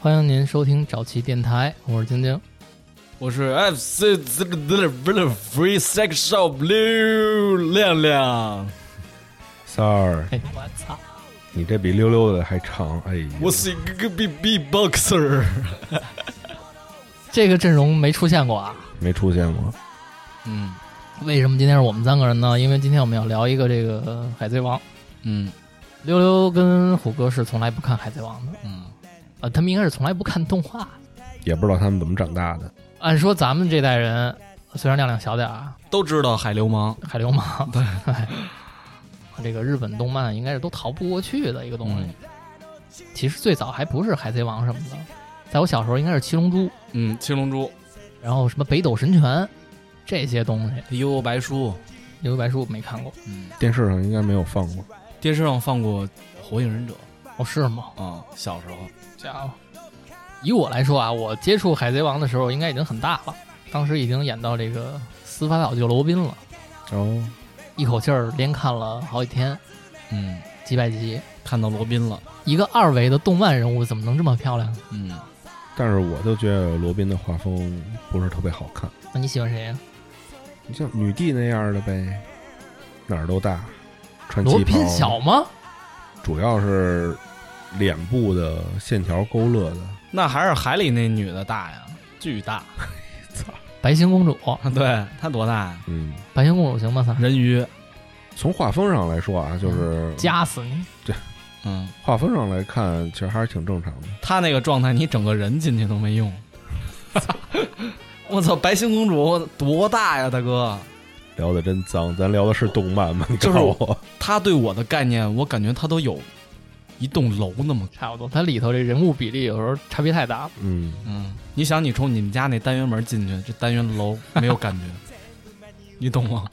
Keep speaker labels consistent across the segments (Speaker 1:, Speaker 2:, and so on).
Speaker 1: 欢迎您收听早期电台，我是晶晶。
Speaker 2: 我是 FC 这个这个 Free Sex Shop 六亮亮，
Speaker 3: 三儿，
Speaker 1: 哎，我操！
Speaker 3: 你这比溜溜的还长，哎呦，
Speaker 2: 我是一个个 B B boxer。
Speaker 1: 这个阵容没出现过啊？
Speaker 3: 没出现过。
Speaker 2: 嗯
Speaker 1: 为什么今天是我们三个人呢？因为今天我们要聊一个这个呃《海贼王》。
Speaker 2: 嗯
Speaker 1: 溜溜跟虎哥是从来不看《海贼王》的，
Speaker 2: 嗯，
Speaker 1: 呃，他们应该是从来不看动画。
Speaker 3: 也不知道他们怎么长大的。
Speaker 1: 按说咱们这代人，虽然亮亮小点儿啊，
Speaker 2: 都知道海流氓。
Speaker 1: 海流氓，对， 这个日本动漫应该是都逃不过去的一
Speaker 2: 嗯
Speaker 1: 个东西。其实最早还不是《海贼王》什么的，在我小时候应该是《七龙珠》，
Speaker 2: 嗯，七龙珠、
Speaker 1: 然后什么《北斗神拳》这些东西，《
Speaker 2: 幽游哎白书，
Speaker 1: 幽游白书》没看过。
Speaker 2: 嗯，
Speaker 3: 电视上应该没有放过。
Speaker 2: 电视上放过《火影忍者
Speaker 1: 哦，是吗？》
Speaker 2: 啊，小时候。
Speaker 1: 家伙，以我来说啊，我接触《海贼王》的时候应该已经很大了，当时已经演到这个司法岛救罗宾了，
Speaker 3: 哦，
Speaker 1: 一口气儿连看了好几天，
Speaker 2: 嗯，
Speaker 1: 几百集。
Speaker 2: 看到罗宾了。
Speaker 1: 一个二维的动漫人物怎么能这么漂亮呢？啊
Speaker 2: 嗯，
Speaker 3: 但是我就觉得罗宾的画风不是特别好看。
Speaker 1: 那你喜欢谁呀、
Speaker 3: 你像女帝那样的呗，哪儿都大，穿
Speaker 1: 罗
Speaker 3: 旗袍
Speaker 1: 宾，小吗？
Speaker 3: 主要是脸部的线条勾勒的。
Speaker 2: 那还是海里那女的大呀，巨大。
Speaker 1: 白星公主，
Speaker 2: 对，她多大呀？
Speaker 3: 嗯，
Speaker 1: 白星公主行吗？ 三
Speaker 2: 人鱼。
Speaker 3: 从画风上来说啊，就是
Speaker 1: 夹死你！
Speaker 2: 嗯，
Speaker 3: 画风上来看，其实还是挺正常的。
Speaker 2: 她那个状态，你整个人进去都没用。我操，白星公主多大呀，大哥！
Speaker 3: 聊的真脏，咱聊的是动漫吗？你
Speaker 2: 就是
Speaker 3: 告诉我，
Speaker 2: 她对我的概念，我感觉她都有一栋楼那么。
Speaker 1: 差不多，它里头这人物比例有时候差别太大了。
Speaker 3: 嗯，
Speaker 2: 嗯，你想，你从你们家那单元门进去，这单元楼没有感觉，你懂吗？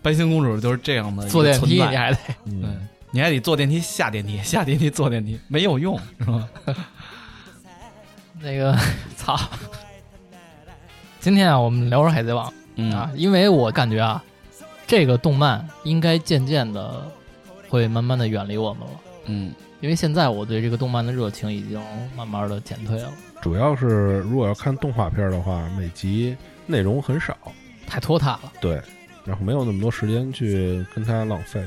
Speaker 2: 白星公主就是这样的一个
Speaker 1: 坐电梯
Speaker 2: 存在
Speaker 1: 你还得
Speaker 2: 对
Speaker 3: 嗯，
Speaker 2: 你还得坐电梯下电梯，下电梯坐电梯没有用，是吧？
Speaker 1: 那个 操。今天啊，我们聊会儿《海贼王》。啊，，因为我感觉啊，这个动漫应该渐渐的会慢慢的远离我们了，
Speaker 2: 嗯，
Speaker 1: 因为现在我对这个动漫的热情已经慢慢的减退了，
Speaker 3: 主要是如果要看动画片的话，每集内容很少，
Speaker 1: 太拖沓了。
Speaker 3: 对，然后没有那么多时间去跟它浪费。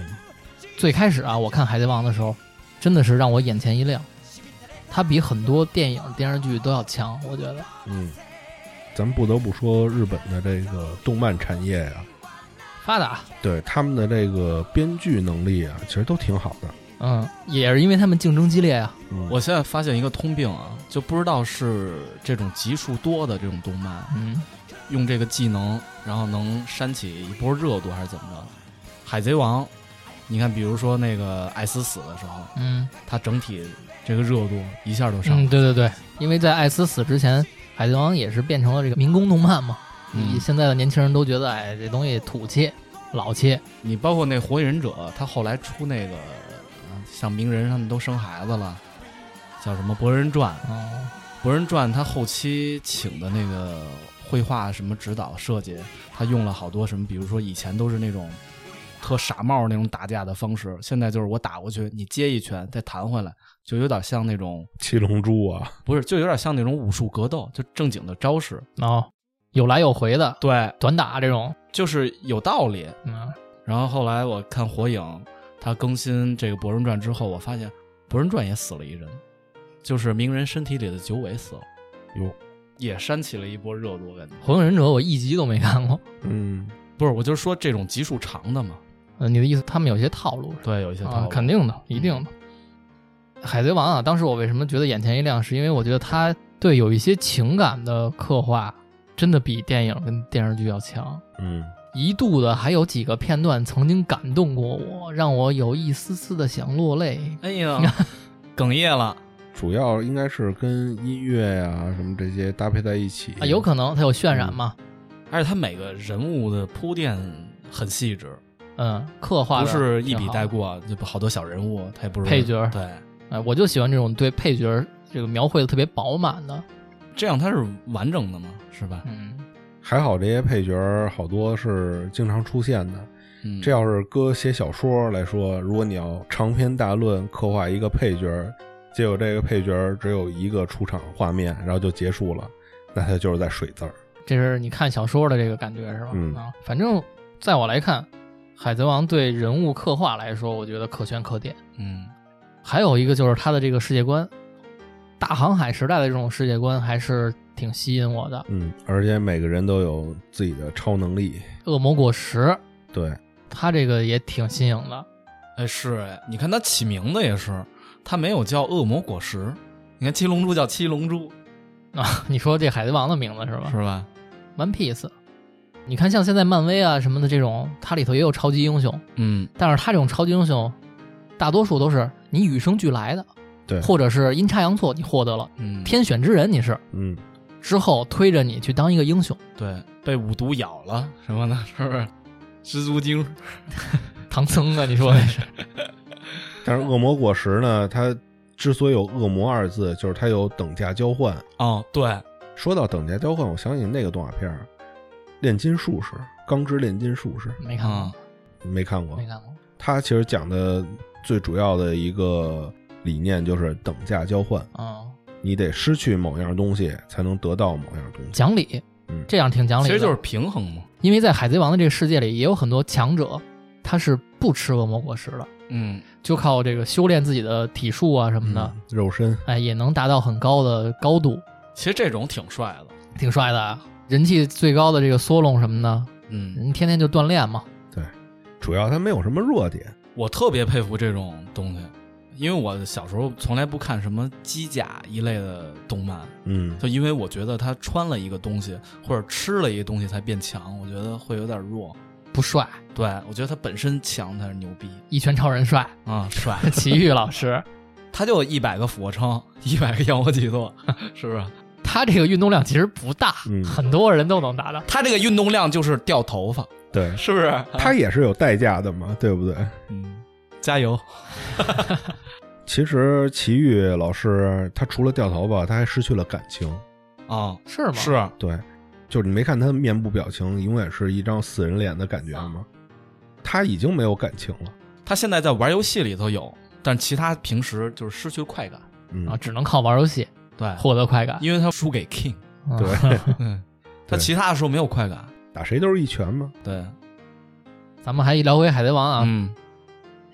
Speaker 1: 最开始啊，我看《海贼王》的时候，真的是让我眼前一亮，它比很多电影电视剧都要强，我觉得。
Speaker 3: 嗯，咱们不得不说日本的这个动漫产业呀、
Speaker 1: 发达，
Speaker 3: 对他们的这个编剧能力啊，其实都挺好的。
Speaker 1: 嗯，也是因为他们竞争激烈啊，
Speaker 3: 嗯，
Speaker 2: 我现在发现一个通病啊，就不知道是这种集数多的这种动漫，
Speaker 1: 嗯，
Speaker 2: 用这个技能，然后能煽起一波热度，还是怎么着？海贼王，你看，比如说那个艾斯死的时候，
Speaker 1: 嗯
Speaker 2: 它整体这个热度一下就上
Speaker 1: 嗯，
Speaker 2: 了。
Speaker 1: 对对对，因为在艾斯死之前，《海贼王》也是变成了这个民工动漫嘛，
Speaker 2: 嗯
Speaker 1: 你现在的年轻人都觉得，哎，这东西土气、老气，
Speaker 2: 你包括那火影忍者，他后来出那个呃像鸣人他们都生孩子了，叫什么《博人传》？
Speaker 1: 哦，
Speaker 2: 《博人传》他后期请的那个绘画什么指导设计，他用了好多什么，比如说以前都是那种特傻帽那种打架的方式，现在就是我打过去，你接一拳再弹回来，就有点像那种
Speaker 3: 七龙珠啊，
Speaker 2: 不是，就有点像那种武术格斗，就正经的招式。
Speaker 1: 哦，有来有回的
Speaker 2: 对，
Speaker 1: 短打这种，
Speaker 2: 就是有道理。
Speaker 1: 嗯，
Speaker 2: 然后后来我看《火影》，它更新这个《博人传》之后，我发现《博人传》也死了一人，就是鸣人身体里的九尾死了，
Speaker 3: 哟，
Speaker 2: 也煽起了一波热度。我感觉
Speaker 1: 《火影忍者》我一集都没看过。
Speaker 3: 嗯，
Speaker 2: 不是，我就说这种集数长的嘛，
Speaker 1: 呃，你的意思他们有些套路是吧
Speaker 2: 对，有一些套
Speaker 1: 啊
Speaker 2: 路，
Speaker 1: 肯定的，一定的。海贼王啊，当时我为什么觉得眼前一亮，是因为我觉得他对有一些情感的刻画真的比电影跟电视剧要强。
Speaker 3: 嗯，
Speaker 1: 一度的还有几个片段曾经感动过我，让我有一丝丝的想落泪。
Speaker 2: 哎 呀，哽咽了。
Speaker 3: 主要应该是跟音乐呀、什么这些搭配在一起
Speaker 1: 啊，有可能他有渲染嘛，
Speaker 2: 而且他每个人物的铺垫很细致，
Speaker 1: 嗯，刻画
Speaker 2: 不
Speaker 1: 的
Speaker 2: 是一
Speaker 1: 挺
Speaker 2: 笔
Speaker 1: 好
Speaker 2: 带
Speaker 1: 的
Speaker 2: 过，就好多小人物，他也不是
Speaker 1: 配角儿
Speaker 2: 对，
Speaker 1: 哎，我就喜欢这种对配角儿这个描绘的特别饱满的。
Speaker 2: 这样他是完整的嘛，是吧？
Speaker 1: 嗯，
Speaker 3: 还好这些配角儿好多是经常出现的，
Speaker 2: 嗯，
Speaker 3: 这要是搁写小说来说，如果你要长篇大论刻画一个配角儿，结果这个配角儿只有一个出场画面，然后就结束了，那他就是在水字儿。
Speaker 1: 这是你看小说的这个感觉是吧？
Speaker 3: 嗯
Speaker 1: 啊，反正在我来看，《海贼王》对人物刻画来说，我觉得可圈可点。
Speaker 2: 嗯
Speaker 1: 还有一个就是它的这个世界观，大航海时代的这种世界观还是挺吸引我的。
Speaker 3: 嗯，而且每个人都有自己的超能力。
Speaker 1: 恶魔果实，
Speaker 3: 对，
Speaker 1: 它这个也挺新颖的。
Speaker 2: 哎是哎，你看他起名字也是，他没有叫恶魔果实，你看七龙珠叫七龙珠
Speaker 1: 啊，你说这海贼王的名字是吧
Speaker 2: 是吧？
Speaker 1: ？One Piece，你看像现在漫威啊什么的这种，它里头也有超级英雄，
Speaker 2: 嗯，
Speaker 1: 但是它这种超级英雄，大多数都是你与生俱来的，
Speaker 3: 对
Speaker 1: 或者是阴差阳错你获得了
Speaker 2: 嗯，
Speaker 1: 天选之人，你是
Speaker 3: 嗯，
Speaker 1: 之后推着你去当一个英雄，
Speaker 2: 对被五毒咬了什么的，是不是？蜘蛛精，
Speaker 1: 唐僧啊，你说那 是？
Speaker 3: 但是恶魔果实呢，它之所以有“恶魔”二字，就是它有等价交换。
Speaker 2: 哦，对，
Speaker 3: 说到等价交换，我想起那个动画片儿《炼金术士》，《钢之炼金术士》，
Speaker 1: 没看
Speaker 2: 嗯
Speaker 1: 过，
Speaker 3: 没看过
Speaker 1: 没。看过。
Speaker 3: 它其实讲的最主要的一个理念就是等价交换，
Speaker 1: 嗯，
Speaker 3: 你得失去某样东西才能得到某样东西。
Speaker 1: 讲理
Speaker 3: 嗯，
Speaker 1: 这样挺讲理
Speaker 2: 其
Speaker 1: 的。
Speaker 2: 实就是平衡嘛。
Speaker 1: 因为在海贼王的这个世界里，也有很多强者，他是不吃恶魔果实的，
Speaker 2: 嗯，
Speaker 1: 就靠这个修炼自己的体术啊什么的，
Speaker 3: 嗯，肉身，
Speaker 1: 哎，也能达到很高的高度，
Speaker 2: 其实这种挺帅的。
Speaker 1: 挺帅的啊。人气最高的这个索隆什么的，
Speaker 2: 嗯，
Speaker 1: 人天天就锻炼嘛。
Speaker 3: 主要它没有什么弱点。
Speaker 2: 我特别佩服这种东西，因为我小时候从来不看什么机甲一类的动漫，
Speaker 3: 嗯，
Speaker 2: 就因为我觉得他穿了一个东西或者吃了一个东西才变强，我觉得会有点弱。
Speaker 1: 不帅，
Speaker 2: 对我觉得他本身强才是牛逼
Speaker 1: 一拳超人帅，
Speaker 2: 啊，帅。
Speaker 1: 奇遇老师，
Speaker 2: 他就一百个俯卧撑， 一百个仰卧起坐， 是不是？
Speaker 1: 他这个运动量其实不大，
Speaker 3: 嗯
Speaker 1: 很多人都能达到。
Speaker 2: 他这个运动量就是掉头发，
Speaker 3: 对，
Speaker 2: 是不是？
Speaker 3: 它也是有代价的嘛，对不对？
Speaker 2: 嗯，加油！
Speaker 3: 其实齐豫老师他除了掉头发，他还失去了感情。
Speaker 2: 啊，
Speaker 1: 是吗？
Speaker 2: 是，
Speaker 3: 对，就是你没看他面部表情，永远是一张死人脸的感觉吗？他已经没有感情了。
Speaker 2: 他现在在玩游戏里头有，但其他平时就是失去快感。
Speaker 3: 嗯
Speaker 1: 啊，只能靠玩游戏
Speaker 2: 对，
Speaker 1: 获得快感。
Speaker 2: 因为他输给 King，
Speaker 3: 对
Speaker 1: 嗯
Speaker 2: 嗯，他
Speaker 3: 对
Speaker 2: 其他的时候没有快感。
Speaker 3: 打谁都是一拳嘛。
Speaker 2: 对，
Speaker 1: 咱们还聊回海贼王啊，
Speaker 2: 嗯，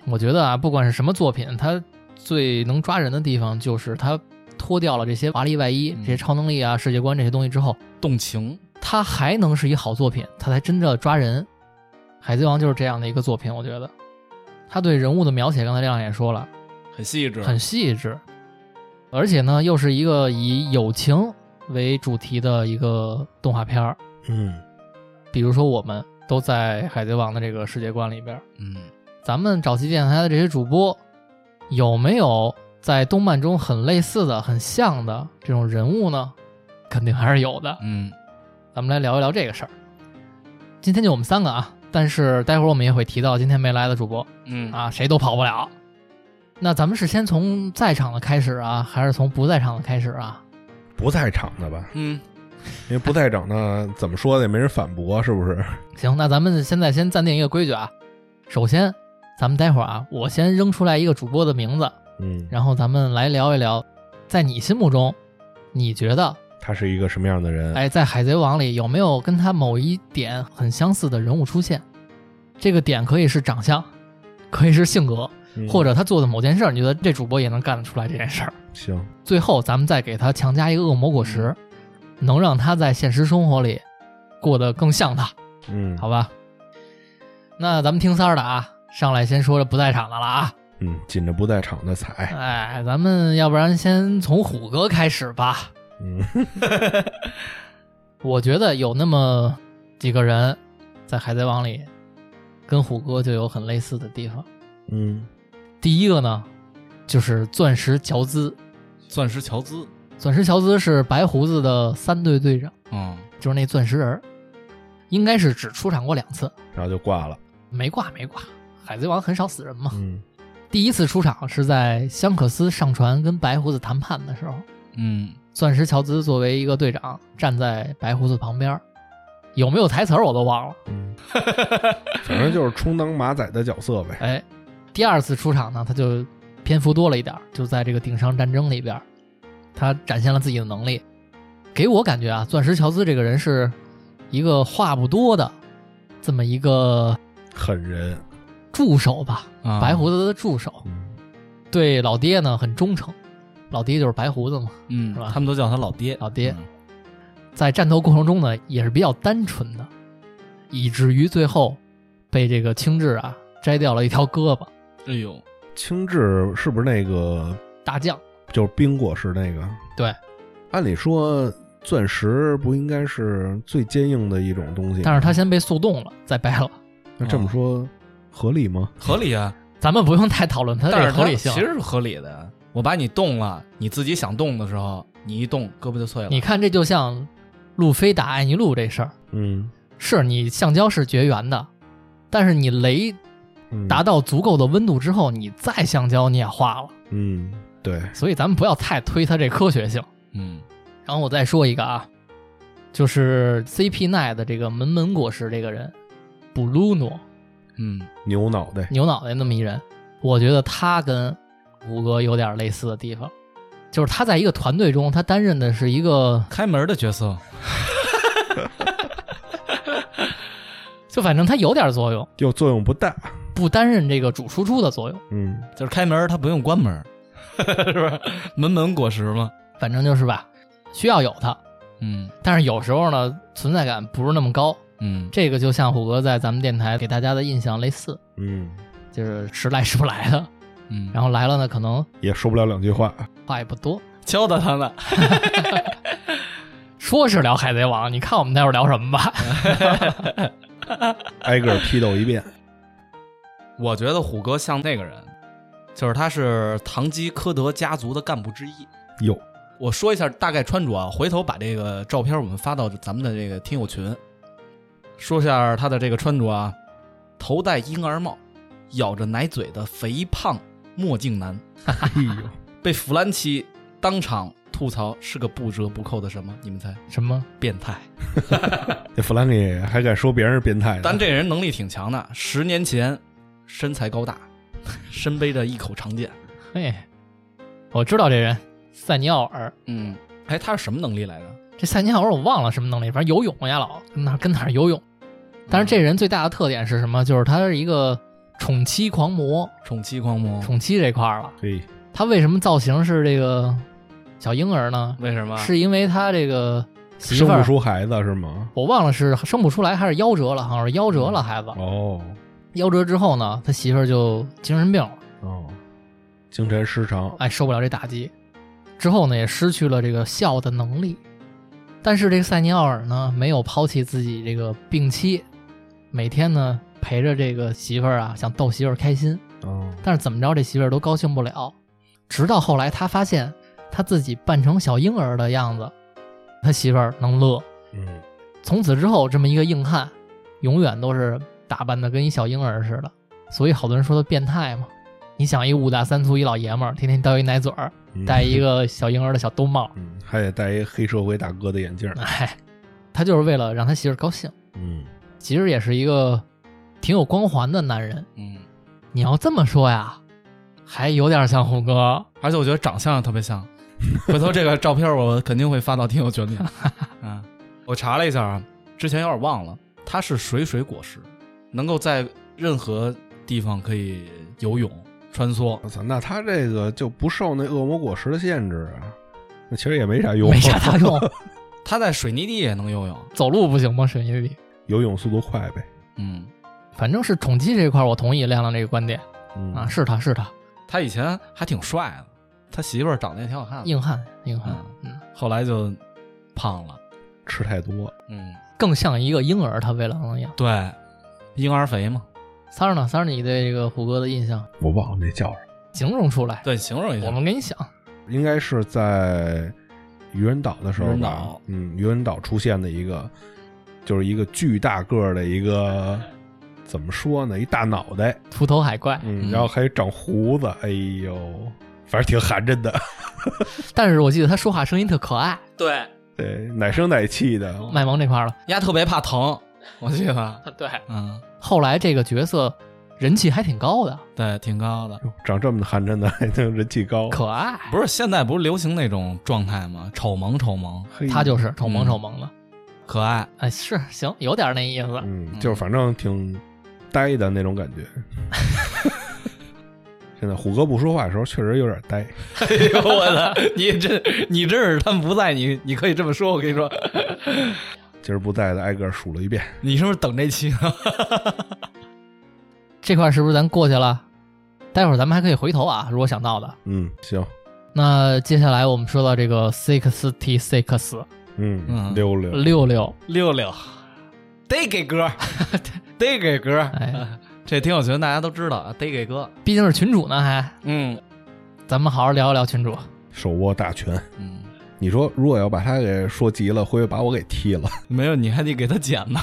Speaker 1: 我觉得啊，不管是什么作品，它最能抓人的地方就是它脱掉了这些华丽外衣、这
Speaker 2: 嗯
Speaker 1: 些超能力啊、世界观这些东西之后，
Speaker 2: 动情，
Speaker 1: 它还能是一好作品，它才真正抓人。《海贼王》就是这样的一个作品，我觉得，他对人物的描写，刚才亮也说了，
Speaker 2: 很细致，
Speaker 1: 很细致，而且呢，又是一个以友情为主题的一个动画片儿。
Speaker 3: 嗯，
Speaker 1: 比如说，我们都在《海贼王》的这个世界观里边，
Speaker 2: 嗯，
Speaker 1: 咱们早期电台的这些主播，有没有在动漫中很类似的、很像的这种人物呢？肯定还是有的。
Speaker 2: 嗯，
Speaker 1: 咱们来聊一聊这个事儿。今天就我们三个啊，但是待会儿我们也会提到今天没来的主播
Speaker 2: 嗯，
Speaker 1: 啊，谁都跑不了。那咱们是先从在场的开始啊，还是从不在场的开始啊？
Speaker 3: 不在场的吧？
Speaker 2: 嗯，
Speaker 3: 因为不在场呢，怎么说呢也没人反驳，是不是？
Speaker 1: 行，那咱们现在先暂定一个规矩啊。首先，咱们待会儿啊，我先扔出来一个主播的名字，
Speaker 3: 嗯，
Speaker 1: 然后咱们来聊一聊，在你心目中，你觉得，
Speaker 3: 他是一个什么样的人？
Speaker 1: 哎，在《海贼王》里有没有跟他某一点很相似的人物出现？这个点可以是长相，可以是性格，
Speaker 3: 嗯
Speaker 1: 或者他做的某件事儿，你觉得这主播也能干得出来这件事儿。
Speaker 3: 行，
Speaker 1: 最后，咱们再给他强加一个恶魔果实，能让他在现实生活里过得更像他，
Speaker 3: 嗯，
Speaker 1: 好，吧？那咱们听三儿的啊，上来先说这不在场的了啊。
Speaker 3: 嗯，紧着不在场的踩，
Speaker 1: 哎，咱们要不然先从虎哥开始吧。
Speaker 3: 嗯，
Speaker 1: 我觉得有那么几个人在《海贼王》里跟虎哥就有很类似的地方。
Speaker 3: 嗯，
Speaker 1: 第一个呢，就是钻石乔兹。
Speaker 2: 钻石乔兹，
Speaker 1: 钻石乔兹是白胡子的三队队长，
Speaker 2: 嗯，
Speaker 1: 就是那钻石人儿，应该是只出场过两次，
Speaker 3: 然后就 挂了，
Speaker 1: 没挂没挂。海贼王很少死人嘛。
Speaker 3: 嗯
Speaker 1: 第一次出场是在香克斯上船跟白胡子谈判的时候，
Speaker 2: 嗯，
Speaker 1: 钻石乔兹作为一个队长站在白胡子旁边儿，有没有台词儿我都忘了。
Speaker 3: 嗯，反正就是充当马仔的角色呗，
Speaker 1: 哎哎，第二次出场呢，他就篇幅多了一点儿，就在这个顶上战争里边儿，他展现了自己的能力。给我感觉啊，钻石乔兹这个人是一个话不多的这么一个
Speaker 3: 狠人，
Speaker 1: 助手吧，
Speaker 2: 啊
Speaker 1: 白胡子的助手，
Speaker 3: 嗯
Speaker 1: 对老爹呢很忠诚，老爹就是白胡子嘛。
Speaker 2: 嗯
Speaker 1: 是吧
Speaker 2: 他们都叫他老爹，
Speaker 1: 老爹
Speaker 2: 嗯，
Speaker 1: 在战斗过程中呢，也是比较单纯的，以至于最后被这个青雉啊摘掉了一条胳膊。
Speaker 2: 哎呦，
Speaker 3: 青雉是不是那个
Speaker 1: 大将
Speaker 3: 就是冰果是那个？
Speaker 1: 对，
Speaker 3: 按理说钻石不应该是最坚硬的一种东西吗，
Speaker 1: 但是他哦先被速冻了，再掰了。
Speaker 3: 那这么说合理吗？
Speaker 2: 合理啊，
Speaker 1: 咱们不用太讨论他
Speaker 2: 但
Speaker 1: 这
Speaker 2: 是
Speaker 1: 合
Speaker 2: 它
Speaker 1: 理性
Speaker 2: 其。实是合理的。我把你动了，你自己想动的时候，你一动胳膊就碎了。
Speaker 1: 你看，这就像路飞打艾尼路这事儿，
Speaker 3: 嗯，
Speaker 1: 是你橡胶是绝缘的，但是你雷
Speaker 3: 嗯
Speaker 1: 达到足够的温度之后，你再橡胶你也化了。
Speaker 3: 嗯，对，
Speaker 1: 所以咱们不要太推它这科学性。
Speaker 2: 嗯，
Speaker 1: 然后我再说一个啊，就是 CP 奈的这个门门果实这个人，布鲁诺
Speaker 2: 嗯
Speaker 3: 牛脑袋，
Speaker 1: 牛脑袋那么一人，我觉得他跟谷歌有点类似的地方，就是他在一个团队中，他担任的是一个，
Speaker 2: 开门的角色，
Speaker 1: 就反正他有点作用，
Speaker 3: 又作用不大。
Speaker 1: 不担任这个主输出的作用，
Speaker 3: 嗯，
Speaker 2: 就是开门，他不用关门， 是不是？门门果实嘛。
Speaker 1: 反正就是吧，需要有他，
Speaker 2: 嗯
Speaker 1: 但是有时候呢，存在感不是那么高，
Speaker 2: 嗯，
Speaker 1: 这个就像虎哥在咱们电台给大家的印象类似，
Speaker 3: 嗯，
Speaker 1: 就是时来时不来的，
Speaker 2: 嗯，
Speaker 1: 然后来了呢，可能
Speaker 3: 也说不了两句话。
Speaker 1: 话也不多。
Speaker 2: 敲打他呢。
Speaker 1: 说是聊海贼王，你看我们待会儿聊什么吧。
Speaker 3: 挨个儿批斗一遍。
Speaker 2: 我觉得虎哥像那个人，就是他是堂吉诃德家族的干部之一。
Speaker 3: 哟，
Speaker 2: 我说一下大概穿着啊，回头把这个照片我们发到咱们的这个听友群。说下他的这个穿着啊，头戴婴儿帽，咬着奶嘴的肥胖墨镜男，
Speaker 3: 哎呦，
Speaker 2: 被弗兰奇当场吐槽是个不折不扣的什么？你们猜？
Speaker 1: 什么？
Speaker 2: 变态。
Speaker 3: 这弗兰给还敢说别人是变态呢？
Speaker 2: 但这人能力挺强的，十年前身材高大， 身背着一口长剑。
Speaker 1: 嘿，我知道这人塞尼奥尔。
Speaker 2: 嗯，哎，他是什么能力来着？
Speaker 1: 这塞尼奥尔我忘了什么能力，反正游泳呀老跟哪儿跟哪儿游泳。但是这人最大的特点是什么？就是他是一个宠妻狂魔，
Speaker 2: 宠妻狂魔？
Speaker 1: 宠妻这块儿了。
Speaker 3: 嘿，
Speaker 1: 他为什么造型是这个小婴儿呢？
Speaker 2: 为什么？
Speaker 1: 是因为他这个媳
Speaker 3: 生
Speaker 1: 妇
Speaker 3: 不
Speaker 1: 儿，
Speaker 3: 出孩子是吗？
Speaker 1: 我忘了是生不出来还是夭折了，好像是夭折了孩子。
Speaker 3: 哦
Speaker 1: 夭折之后呢，他媳妇儿就精神病了。
Speaker 3: 哦，精神失常。
Speaker 1: 哎，受不了这打击，之后呢也失去了这个笑的能力。但是这个塞尼奥尔呢，没有抛弃自己这个病妻，每天呢陪着这个媳妇儿啊，想逗媳妇儿开心。
Speaker 3: 哦，
Speaker 1: 但是怎么着，这媳妇儿都高兴不了。直到后来，他发现他自己扮成小婴儿的样子，他媳妇儿能乐。
Speaker 3: 嗯，
Speaker 1: 从此之后，这么一个硬汉，永远都是打扮的跟一小婴儿似的。所以好多人说他变态嘛。你想，一五大三粗一老爷们儿，天天叼一奶嘴儿，
Speaker 3: 嗯
Speaker 1: 戴一，个小婴儿的小兜 帽，
Speaker 3: 嗯，还得戴一黑社会大哥的眼镜儿。
Speaker 1: 哎，他就是为了让他媳妇儿高兴。
Speaker 3: 嗯，
Speaker 1: 其实也是一个挺有光环的男人。
Speaker 2: 嗯，
Speaker 1: 你要这么说呀，还有点像虎哥。
Speaker 2: 而且我觉得长相也特别像。 回头这个照片我肯定会发到听友 群里。啊，我查了一下啊，之前有点忘了，它是水水果实，能够在任何地方可以游泳穿梭。
Speaker 3: 我操，那他这个就不受那恶魔果实的限制啊？那其实也没啥用，
Speaker 1: 没啥大用，
Speaker 2: 它在水泥地也能游泳。
Speaker 1: 走路不行吗？水泥地，
Speaker 3: 游泳速度快呗。
Speaker 2: 嗯，
Speaker 1: 反正是宠妻这块儿，我同意亮亮这个观点
Speaker 3: 嗯
Speaker 1: 啊，是他是他，
Speaker 2: 他以前还挺帅的，他媳妇儿长得也挺好看的，
Speaker 1: 硬汉硬汉，嗯，
Speaker 2: 后来就胖了。
Speaker 3: 吃太多，
Speaker 2: 嗯，
Speaker 1: 更像一个婴儿，他为了能养。
Speaker 2: 对，婴儿肥嘛。
Speaker 1: 三儿呢？三儿，你对这个虎哥的印象
Speaker 3: 我忘了那叫什么，
Speaker 1: 形容出来，
Speaker 2: 对，形容一下
Speaker 1: 我。们给你想。
Speaker 3: 应该是在愚人岛的时
Speaker 2: 愚
Speaker 3: 候
Speaker 2: 人
Speaker 3: 吧
Speaker 2: 岛。
Speaker 3: 嗯，愚人岛出现的一个，就是一个巨大个儿的一个，怎么说呢？一大脑袋，
Speaker 1: 秃头海怪，
Speaker 3: 嗯，
Speaker 2: 嗯
Speaker 3: 然后还长胡子，哎呦，反正挺寒碜的，
Speaker 1: 但是我记得他说话声音特可爱。
Speaker 2: 对，
Speaker 3: 对，奶声奶气的，
Speaker 1: 卖 萌这块儿了，
Speaker 2: 丫特别怕疼，我记得。
Speaker 1: 对，
Speaker 2: 嗯
Speaker 1: 后来这个角色人气还挺高的，
Speaker 2: 对，挺高的。
Speaker 3: 长这么寒碜的还能人气高，
Speaker 1: 可爱。
Speaker 2: 不是现在不是流行那种状态吗？丑萌丑萌，
Speaker 3: 嘿
Speaker 1: 他就是丑萌
Speaker 2: 嗯
Speaker 1: 丑萌的，
Speaker 2: 可爱。
Speaker 1: 哎，是行，有点那意思。
Speaker 3: 嗯，就是反正挺呆的那种感觉。现在虎哥不说话的时候，确实有点呆。
Speaker 2: 哎呦我的，你这你这是他们不在，你你可以这么说。我跟你说，
Speaker 3: 今儿不在的挨个数了一遍，
Speaker 2: 你是不是等这期呢？
Speaker 1: 这块是不是咱过去了？待会儿咱们还可以回头啊，如果想到的。
Speaker 3: 嗯，行，
Speaker 1: 那接下来我们说到这个 sixty six
Speaker 3: 嗯，
Speaker 2: 嗯
Speaker 3: 溜溜，
Speaker 1: 六六，
Speaker 2: 六六，得给哥， 得给哥。
Speaker 1: 哎
Speaker 2: 这听友群大家都知道啊，得给哥。
Speaker 1: 毕竟是群主呢，还
Speaker 2: 嗯
Speaker 1: 咱们好好聊一聊群主。
Speaker 3: 手握大权。
Speaker 2: 嗯，
Speaker 3: 你说如果要把他给说急了，会不会把我给踢了？
Speaker 2: 没有你还得给他剪呢。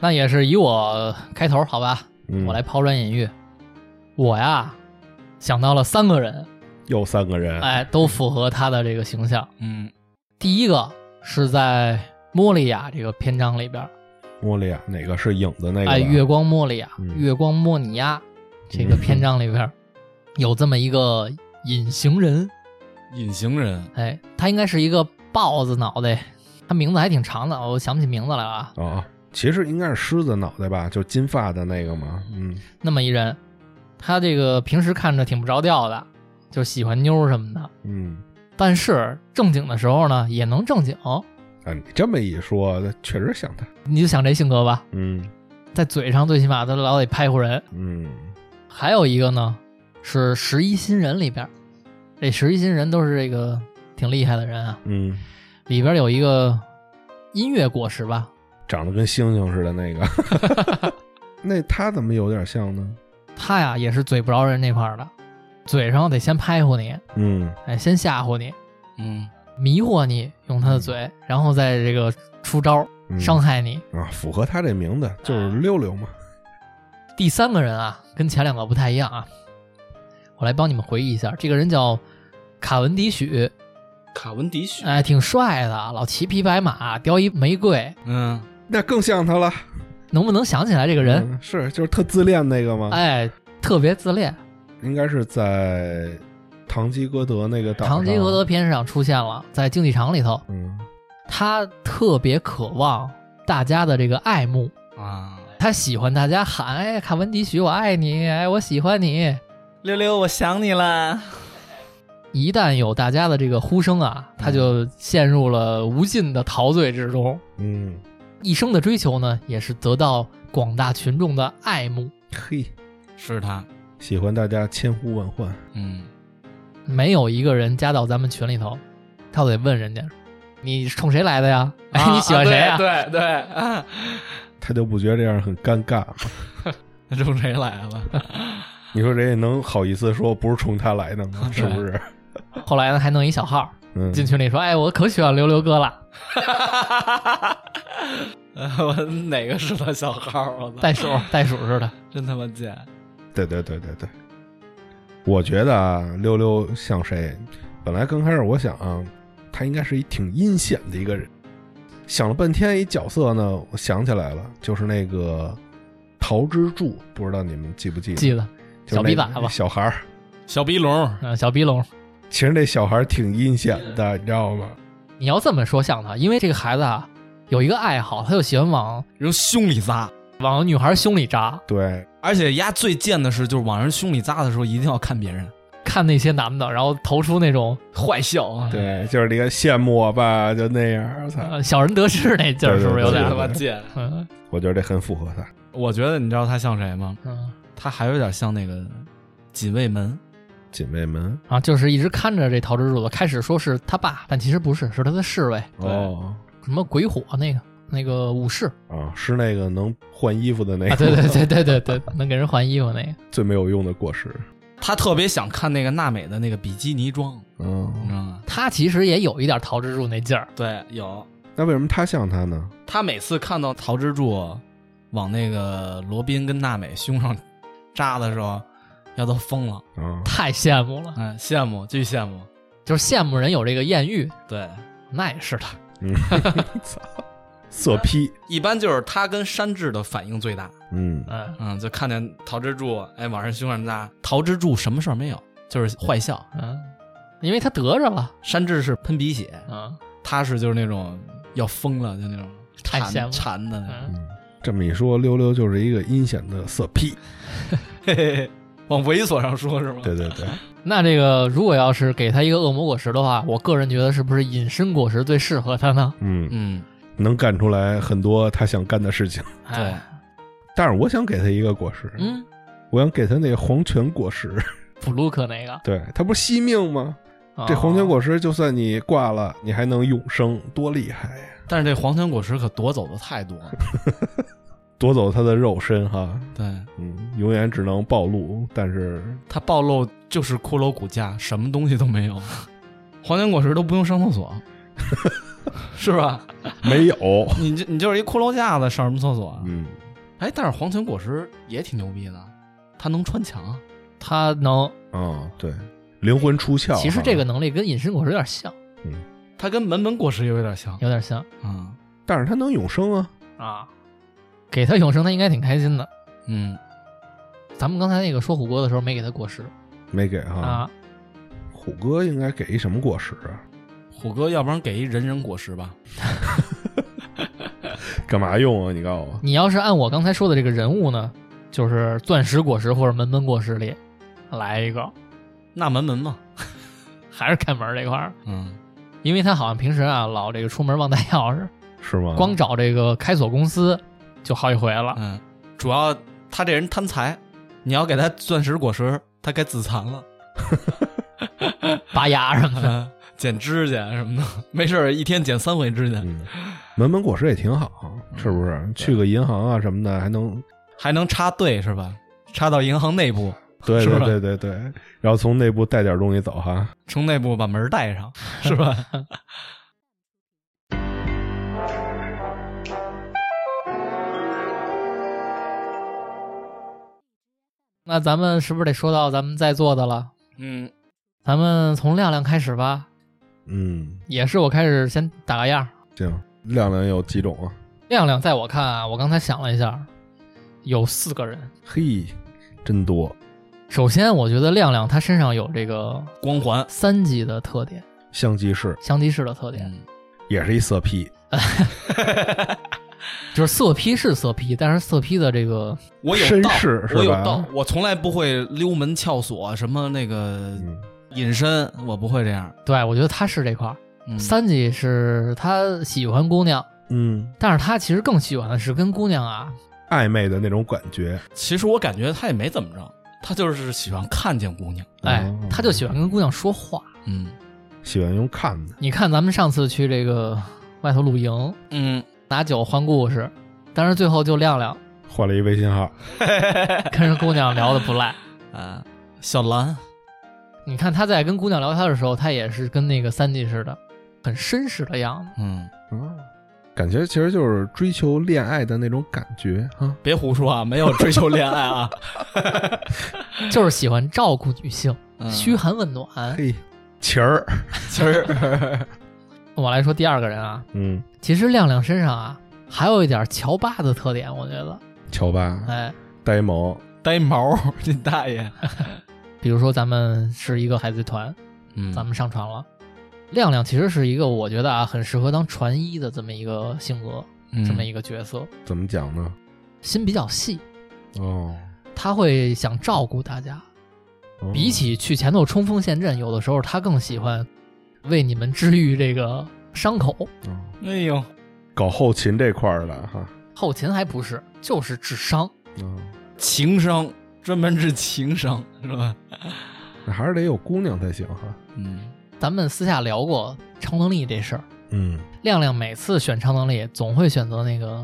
Speaker 1: 那也是以我开头好吧，
Speaker 3: 嗯
Speaker 1: 我来抛砖引玉。我呀想到了三个人，
Speaker 3: 又三个人，
Speaker 1: 哎，都符合他的这个形象。
Speaker 2: 嗯
Speaker 1: 第一个是在莫利亚这个篇章里边儿，
Speaker 3: 莫莉亚哪个是影子那个吧？
Speaker 1: 哎，月光莫利亚、
Speaker 3: 嗯
Speaker 1: 月光莫尼亚这个篇章里边儿有这么一个隐形人，
Speaker 2: 隐形人，
Speaker 1: 哎，他应该是一个豹子脑袋，他名字还挺长的，我想不起名字来了啊。
Speaker 3: 啊，其实应该是狮子脑袋吧，就金发的那个嘛。嗯，
Speaker 1: 那么一人，他这个平时看着挺不着调的，就喜欢妞儿什么的，
Speaker 3: 嗯，
Speaker 1: 但是正经的时候呢也能正经。
Speaker 3: 啊，你这么一说，确实像他。
Speaker 1: 你就想这性格吧，
Speaker 3: 嗯
Speaker 1: 在嘴上最起码他老得拍唬人。
Speaker 3: 嗯，
Speaker 1: 还有一个呢是十一新人里边儿，这十一新人都是这个挺厉害的人啊。
Speaker 3: 嗯，
Speaker 1: 里边有一个音乐果实吧，
Speaker 3: 长得跟星星似的那个， 那他怎么有点像呢？
Speaker 1: 他呀也是嘴不饶人那块儿的，嘴上得先拍唬你，
Speaker 3: 嗯，
Speaker 1: 哎，先吓唬你，
Speaker 2: 嗯，
Speaker 1: 迷惑你，用他的嘴，然后再这个出招
Speaker 3: 嗯
Speaker 1: 伤害你。
Speaker 3: 啊，符合他这名字，
Speaker 1: 啊
Speaker 3: 就是溜溜嘛。
Speaker 1: 第三个人啊，跟前两个不太一样啊，我来帮你们回忆一下，这个人叫卡文迪许，
Speaker 2: 卡文迪许，
Speaker 1: 哎，挺帅的，老骑匹白马，叼一玫瑰，
Speaker 2: 嗯，
Speaker 3: 那更像他了。
Speaker 1: 能不能想起来这个人？
Speaker 3: 嗯是，就是特自恋那个吗？
Speaker 1: 哎，特别自恋，
Speaker 3: 应该是在《堂吉诃德》那个岛上
Speaker 1: 唐吉诃德。片上出现了，在竞技场里头。
Speaker 3: 嗯
Speaker 1: 他特别渴望大家的这个爱慕，
Speaker 2: 啊，
Speaker 1: 他喜欢大家喊：“哎，卡文迪许，我爱你！哎，我喜欢你
Speaker 2: 六六，我想你了。！”
Speaker 1: 一旦有大家的这个呼声啊，他就陷入了无尽的陶醉之中。
Speaker 3: 嗯，
Speaker 1: 一生的追求呢，也是得到广大群众的爱慕。
Speaker 3: 嘿，
Speaker 2: 是他，
Speaker 3: 喜欢大家千呼万唤。
Speaker 2: 嗯，
Speaker 1: 没有一个人加到咱们群里头，他都得问人家：“你是冲谁来的呀？哎，你喜欢谁呀、
Speaker 2: 啊 对对啊，
Speaker 3: 他就不觉得这样很尴尬 吗？
Speaker 2: 那 冲谁来了？
Speaker 3: 你说人家能好意思说不是冲他来的 吗？是不是？
Speaker 1: 后来呢，还弄一小号
Speaker 3: 嗯，
Speaker 1: 进群里说：“哎，我可喜欢溜溜哥 了，
Speaker 2: 我哪个是他小号？啊我操，
Speaker 1: 袋鼠，袋鼠似的。”
Speaker 2: 真他妈贱！
Speaker 3: 对对对对对。我觉得啊，溜溜像谁？本来刚开始我想啊，他应该是一挺阴险的一个人。想了半天，一角色呢，我想起来了，就是那个桃之助，不知道你们记不记得？
Speaker 1: 记得
Speaker 3: 就是那
Speaker 1: 小逼崽子
Speaker 3: 小孩儿。
Speaker 2: 小鼻龙，
Speaker 1: 嗯，小鼻龙，
Speaker 3: 其实那小孩儿挺阴险的，你知道吗？
Speaker 1: 你要这么说像他，因为这个孩子啊有一个爱好，他就喜欢往
Speaker 2: 人胸里扎，
Speaker 1: 往女孩胸里扎，
Speaker 3: 对，
Speaker 2: 而且丫最贱的是，就是往人胸里扎的时候，一定要看别人
Speaker 1: 看那些男的，然后投出那种
Speaker 2: 坏笑啊，
Speaker 1: 嗯
Speaker 3: 对，就是你看羡慕我吧，就那样儿。我操，
Speaker 1: 呃小人得势那劲儿，
Speaker 3: 对对
Speaker 1: 是不是有
Speaker 2: 真
Speaker 1: 点
Speaker 2: 他
Speaker 3: 嗯对对对
Speaker 1: 儿？
Speaker 2: 妈贱！
Speaker 1: 嗯
Speaker 3: 我觉得这很符合他。
Speaker 2: 我觉得你知道他像谁吗？
Speaker 1: 嗯，
Speaker 2: 他还有点像那个锦卫门，
Speaker 3: 锦卫门
Speaker 1: 啊，就是一直看着这桃之助的，开始说是他爸，但其实不是，是他的侍卫，
Speaker 2: 对
Speaker 3: 哦
Speaker 1: 什么鬼火那个那个武士
Speaker 3: 啊，是那个能换衣服的那个，
Speaker 1: 啊，对对对对对对，能给人换衣服那个，
Speaker 3: 最没有用的果实。
Speaker 2: 他特别想看那个娜美的那个比基尼装，你
Speaker 3: 嗯，
Speaker 2: 知道吗？
Speaker 1: 他其实也有一点桃之助那劲儿，
Speaker 2: 对，有
Speaker 3: 那为什么他像他呢？
Speaker 2: 他每次看到桃之助往那个罗宾跟娜美胸上扎的时候，要都疯了，
Speaker 3: 啊，
Speaker 1: 太羡慕了，
Speaker 2: 哎，羡慕，巨羡慕。
Speaker 1: 就是羡慕人有这个艳遇，
Speaker 2: 对，
Speaker 1: 那也是的，
Speaker 3: 嗯，操，色批，
Speaker 2: 一般就是他跟山治的反应最大，
Speaker 3: 嗯，
Speaker 1: 嗯
Speaker 2: 嗯，就看见桃之助，哎，往上胸上扎，桃之助什么事儿没有，就是坏笑。
Speaker 1: 嗯，因为他得着了，
Speaker 2: 山治是喷鼻血，
Speaker 1: 嗯，
Speaker 2: 他是就是那种要疯了，就那种
Speaker 1: 太羡
Speaker 2: 馋
Speaker 1: 慕
Speaker 2: 馋的那种。
Speaker 1: 嗯
Speaker 3: 这么一说，溜溜就是一个阴险的色批，
Speaker 2: 嘿嘿嘿，往猥琐上说是吗？
Speaker 3: 对对对，
Speaker 1: 那这个如果要是给他一个恶魔果实的话，我个人觉得是不是隐身果实最适合他呢？
Speaker 3: 嗯，
Speaker 2: 嗯，
Speaker 3: 能干出来很多他想干的事情。
Speaker 2: 对，
Speaker 3: 但是我想给他一个果实，，
Speaker 1: 哎嗯，
Speaker 3: 我想给他那个黄泉果实，
Speaker 1: 布鲁克那个，
Speaker 3: 对他不是惜命吗？这
Speaker 1: 哦
Speaker 3: 黄泉果实就算你挂了，你还能永生，多厉害呀！
Speaker 2: 但是这黄泉果实可夺走的太多了。
Speaker 3: 夺走他的肉身哈，
Speaker 2: 对，
Speaker 3: 嗯，永远只能暴露，但是
Speaker 2: 它暴露就是骷髅骨架，什么东西都没有。黄泉果实都不用上厕所，是吧？
Speaker 3: 没有，
Speaker 2: 你这你就是一骷髅架子，上什么厕所啊？
Speaker 3: 嗯，
Speaker 2: 哎，但是黄泉果实也挺牛逼的，它能穿墙。
Speaker 1: 他能，
Speaker 3: 哦，对，灵魂出窍哈。
Speaker 1: 其实这个能力跟隐身果实有点像，
Speaker 2: 它跟门门果实也有点像
Speaker 1: 有点像
Speaker 2: 啊，
Speaker 3: 但是他能永生啊，
Speaker 1: 啊。给他永生，他应该挺开心的。
Speaker 2: 嗯，
Speaker 1: 咱们刚才那个说火锅的时候没给他果实
Speaker 3: 没给哈。
Speaker 1: 啊，
Speaker 3: 虎哥应该给一什么果实啊？
Speaker 2: 虎哥，要不然给一人人果实吧？
Speaker 3: 干嘛用啊？你告诉我，
Speaker 1: 你要是按我刚才说的这个人物呢，就是钻石果实或者门门果实里来一个，
Speaker 2: 那门门嘛，
Speaker 1: 还是看门儿这块儿，
Speaker 2: 嗯，
Speaker 1: 因为他好像平时啊老这个出门忘带钥匙，
Speaker 3: 是吗？
Speaker 1: 光找这个开锁公司就好几回了。
Speaker 2: 嗯，主要他这人贪财，你要给他钻石果实，他该自残了，
Speaker 1: 拔牙什么 的。
Speaker 2: 嗯剪指甲什么的，没事儿一天剪三回指甲，
Speaker 3: 嗯，门门果实也挺好，
Speaker 1: 嗯
Speaker 3: 是不是？去个银行啊什么的，还 能
Speaker 2: 还能插队是吧？插到银行内部，
Speaker 3: 对
Speaker 2: 是
Speaker 3: 对
Speaker 2: 吧
Speaker 3: 对对对，然后从内部带点东西走哈。
Speaker 2: 从内部把门带 上，是吧？
Speaker 1: 那咱们是不是得说到咱们在座的了？
Speaker 2: 嗯，
Speaker 1: 咱们从亮亮开始吧，
Speaker 3: 嗯，
Speaker 1: 也是我开始先打个样儿。
Speaker 3: 行，亮亮有几种啊？
Speaker 1: 亮亮，在我看啊，我刚才想了一下，有四个人。
Speaker 3: 嘿，真多。
Speaker 1: 首先，我觉得亮亮他身上有这个
Speaker 2: 光环，
Speaker 1: 三级的特点，
Speaker 3: 相机是
Speaker 1: 香吉士的特点，
Speaker 2: 嗯
Speaker 3: 也是一色批，
Speaker 1: 就是色批是色批，但是色批的这个
Speaker 2: 我有
Speaker 3: 绅
Speaker 2: 道，
Speaker 3: 士是
Speaker 2: 我有
Speaker 3: 吧
Speaker 2: 道，我从来不会溜门撬锁，什么那个
Speaker 3: 嗯，
Speaker 2: 隐身，我不会这样。
Speaker 1: 对我觉得他是这块儿。
Speaker 2: 嗯
Speaker 1: 三级是他喜欢姑娘，
Speaker 3: 嗯，
Speaker 1: 但是他其实更喜欢的是跟姑娘啊，
Speaker 3: 暧昧的那种感觉。
Speaker 2: 其实我感觉他也没怎么着，他就是喜欢看见姑娘。
Speaker 1: 哎
Speaker 3: 哦，
Speaker 1: 他就喜欢跟姑娘说话。
Speaker 2: 嗯
Speaker 3: 喜欢用看的，
Speaker 1: 你看，咱们上次去这个外头露营，
Speaker 2: 嗯，
Speaker 1: 拿酒换故事，但是最后就亮 亮
Speaker 3: 换了一微信号。
Speaker 1: 跟人姑娘聊的不赖。
Speaker 2: 啊，小兰，
Speaker 1: 你看他在跟姑娘聊天的时候，他也是跟那个三弟似的，很绅士的样子。
Speaker 2: 嗯，
Speaker 3: 啊，感觉其实就是追求恋爱的那种感觉啊。
Speaker 2: 别胡说啊，没有追求恋爱啊，
Speaker 1: 就是喜欢照顾女性，
Speaker 2: 嗯
Speaker 1: 嘘寒问暖。
Speaker 3: 嘿，琪儿，
Speaker 2: 其实，
Speaker 1: 我来说第二个人啊，
Speaker 3: 嗯，
Speaker 1: 其实亮亮身上啊还有一点乔巴的特点，我觉得，
Speaker 3: 乔巴，
Speaker 1: 哎，
Speaker 3: 呆萌，
Speaker 2: 呆毛，你大爷，
Speaker 1: 比如说咱们是一个海贼团，
Speaker 2: 嗯
Speaker 1: 咱们上船了，亮亮其实是一个我觉得啊很适合当船医的这么一个性格，这
Speaker 2: 嗯
Speaker 1: 么一个角色，
Speaker 3: 怎么讲呢？
Speaker 1: 心比较细，
Speaker 3: 哦，
Speaker 1: 他会想照顾大家，
Speaker 3: 哦
Speaker 1: 比起去前头冲锋陷阵，有的时候他更喜欢为你们治愈这个伤口。
Speaker 3: 哦
Speaker 2: 嗯，哎呦，
Speaker 3: 搞后勤这块儿的哈，
Speaker 1: 后勤还不是，就是治伤。
Speaker 3: 嗯，
Speaker 2: 情商，专门治情商是吧？
Speaker 3: 那哦还是得有姑娘才行哈。
Speaker 2: 嗯，
Speaker 1: 咱们私下聊过超能力这事儿，
Speaker 3: 嗯，
Speaker 1: 亮亮每次选超能力总会选择那个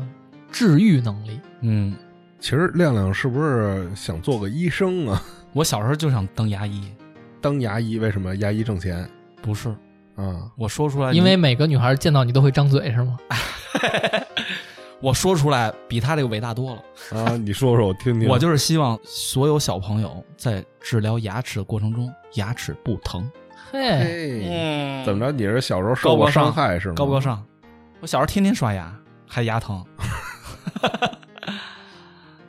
Speaker 1: 治愈能力。
Speaker 2: 嗯，
Speaker 3: 其实亮亮是不是想做个医生啊？
Speaker 2: 我小时候就想当牙医，
Speaker 3: 当牙医为什么牙医挣钱
Speaker 2: 不是，
Speaker 3: 啊？
Speaker 2: 我说出来，
Speaker 1: 因为每个女孩见到你都会张嘴，是吗？
Speaker 2: 我说出来比他这个伟大多了。
Speaker 3: 啊，你说说我听听。
Speaker 2: 我就是希望所有小朋友在治疗牙齿的过程中，牙齿不疼。
Speaker 1: 嘿，
Speaker 3: 嘿，
Speaker 2: 嗯
Speaker 3: 怎么着？你是小时候受
Speaker 2: 高不
Speaker 3: 过
Speaker 2: 高尚
Speaker 3: 伤害是吗？
Speaker 2: 高不高尚？我小时候天天刷牙，还牙疼。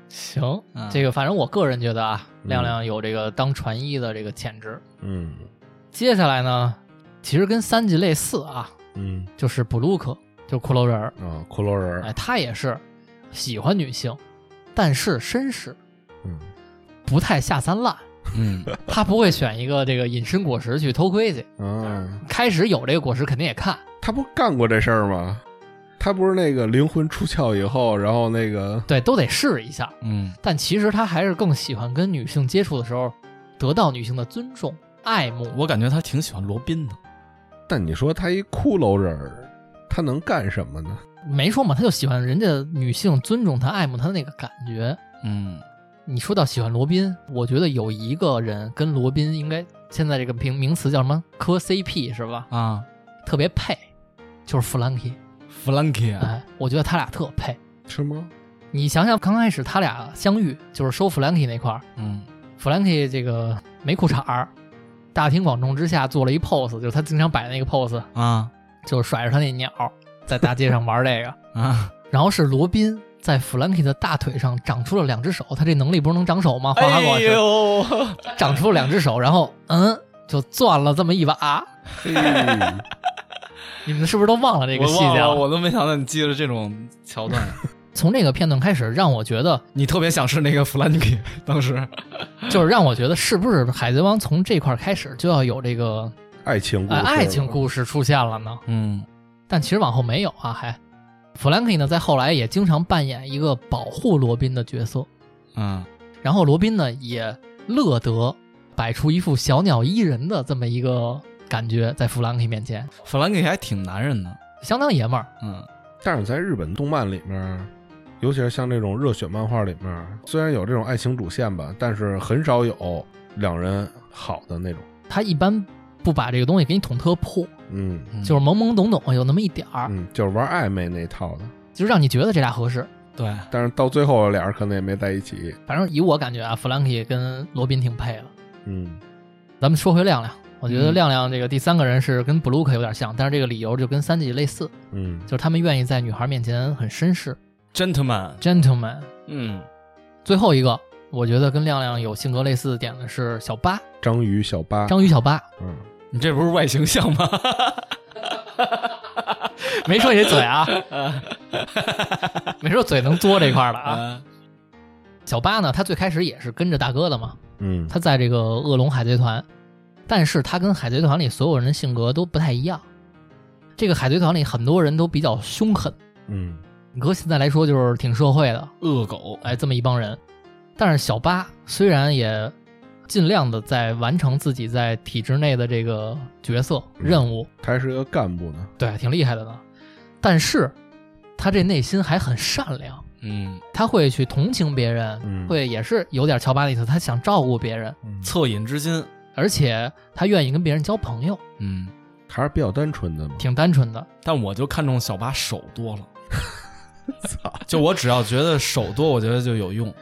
Speaker 1: 行，
Speaker 2: 嗯
Speaker 1: 这个反正我个人觉得啊，
Speaker 3: 嗯
Speaker 1: 亮亮有这个当船医的这个潜质。
Speaker 3: 嗯
Speaker 1: 接下来呢，其实跟三级类似啊，
Speaker 3: 嗯
Speaker 1: 就是布鲁克，就骷髅人儿，
Speaker 3: 啊，骷髅人
Speaker 1: 哎，
Speaker 3: 儿，
Speaker 1: 他也是喜欢女性，但是绅士，
Speaker 3: 嗯
Speaker 1: 不太下三滥，
Speaker 2: 嗯，
Speaker 1: 他不会选一个这个隐身果实去偷窥去。
Speaker 3: 啊，
Speaker 1: 开始有这个果实肯定也看，
Speaker 3: 他不干过这事儿吗？他不是那个灵魂出窍以后，然后那个
Speaker 1: 对，都得试一下。
Speaker 2: 嗯
Speaker 1: 但其实他还是更喜欢跟女性接触的时候，得到女性的尊重、爱慕。
Speaker 2: 我感觉他挺喜欢罗宾的。
Speaker 3: 但你说他一骷髅人儿，他能干什么呢？
Speaker 1: 没说嘛，他就喜欢人家女性尊重他、爱慕他的那个感觉。
Speaker 2: 嗯
Speaker 1: 你说到喜欢罗宾，我觉得有一个人跟罗宾应该现在这个名名词叫什么磕 CP 是吧？
Speaker 2: 啊
Speaker 1: 特别配，就是弗兰基。
Speaker 2: 弗兰 l 啊，
Speaker 1: 哎，我觉得他俩特配。
Speaker 3: 是吗？
Speaker 1: 你想想，刚开始他俩相遇就是收弗兰基那块儿，
Speaker 2: 嗯
Speaker 1: 弗兰基这个没裤衩儿，大庭广众之下做了一 pose，就是他经常摆的那个 pose，
Speaker 2: 啊
Speaker 1: 就是甩着他那鸟在大街上玩这个。
Speaker 2: 啊！
Speaker 1: 然后是罗宾在弗兰基的大腿上长出了两只手，他这能力不是能长手吗？花花过去、
Speaker 2: 哎呦，
Speaker 1: 长出了两只手，然后嗯，就攥了这么一 把。
Speaker 3: 嘿
Speaker 1: 你们是不是都忘了这个细节
Speaker 2: 我忘我都没想到你记得这种桥段。
Speaker 1: 从这个片段开始，让我觉得
Speaker 2: 你特别想是那个弗兰 l 当时
Speaker 1: 就是让我觉得是不是《海贼王》从这块儿开始就要有这个
Speaker 3: 爱情故
Speaker 1: 呃
Speaker 3: 事，
Speaker 1: 爱情故事出现了呢？
Speaker 2: 嗯
Speaker 1: 但其实往后没有啊，还弗兰克呢，在后来也经常扮演一个保护罗宾的角色，
Speaker 2: 嗯
Speaker 1: 然后罗宾呢也乐得摆出一副小鸟依人的这么一个感觉，在弗兰克面前
Speaker 2: 弗兰 l 还挺男人的。
Speaker 1: 相当爷们儿。
Speaker 2: 嗯
Speaker 3: 但是在日本动漫里面，尤其是像这种热血漫画里面，虽然有这种爱情主线吧，但是很少有两人好的那种。
Speaker 1: 他一般不把这个东西给你捅特破，
Speaker 3: 嗯
Speaker 2: 嗯
Speaker 1: 就是懵懵懂懂有那么一点儿，
Speaker 3: 嗯，就是玩暧昧那套的。
Speaker 1: 就是让你觉得这俩合适。
Speaker 2: 对，
Speaker 3: 但是到最后，俩人可能也没在一起。
Speaker 1: 反正以我感觉啊，弗兰克跟罗宾挺配的。
Speaker 3: 嗯
Speaker 1: 咱们说回亮亮，我觉得
Speaker 2: 嗯
Speaker 1: 亮亮这个第三个人是跟布鲁克有点像，但是这个理由就跟三姐类似，
Speaker 3: 嗯
Speaker 1: 就是他们愿意在女孩面前很绅士
Speaker 2: gentleman，
Speaker 1: ，gentleman。
Speaker 2: 嗯
Speaker 1: 最后一个，我觉得跟亮亮有性格类似的点的是小八，
Speaker 3: 章鱼小八，
Speaker 1: 章鱼小八，
Speaker 3: 嗯，
Speaker 2: 你这不是外形像吗？
Speaker 1: 没说你嘴啊，没说嘴能作这块儿的啊。
Speaker 2: 啊，
Speaker 1: 小八呢，他最开始也是跟着大哥的嘛，
Speaker 3: 嗯，
Speaker 1: 他在这个恶龙海贼团，但是他跟海贼团里所有人的性格都不太一样。这个海贼团里很多人都比较凶狠，
Speaker 3: 嗯
Speaker 1: 搁现在来说就是挺社会的，
Speaker 2: 恶狗，
Speaker 1: 哎，这么一帮人。但是小八虽然也尽量的在完成自己在体制内的这个角色
Speaker 3: 嗯
Speaker 1: 任务，
Speaker 3: 他还是个干部呢。
Speaker 1: 对，挺厉害的呢。但是他这内心还很善良，
Speaker 2: 嗯，
Speaker 1: 他会去同情别人，
Speaker 3: 嗯
Speaker 1: 会也是有点乔巴的意思，他想照顾别人，
Speaker 3: 嗯
Speaker 2: 恻隐之心，
Speaker 1: 而且他愿意跟别人交朋友，
Speaker 2: 嗯，
Speaker 3: 还是比较单纯的嘛。
Speaker 1: 挺单纯的。
Speaker 2: 但我就看中小八手多 了。就我只要觉得手多，我觉得就有用。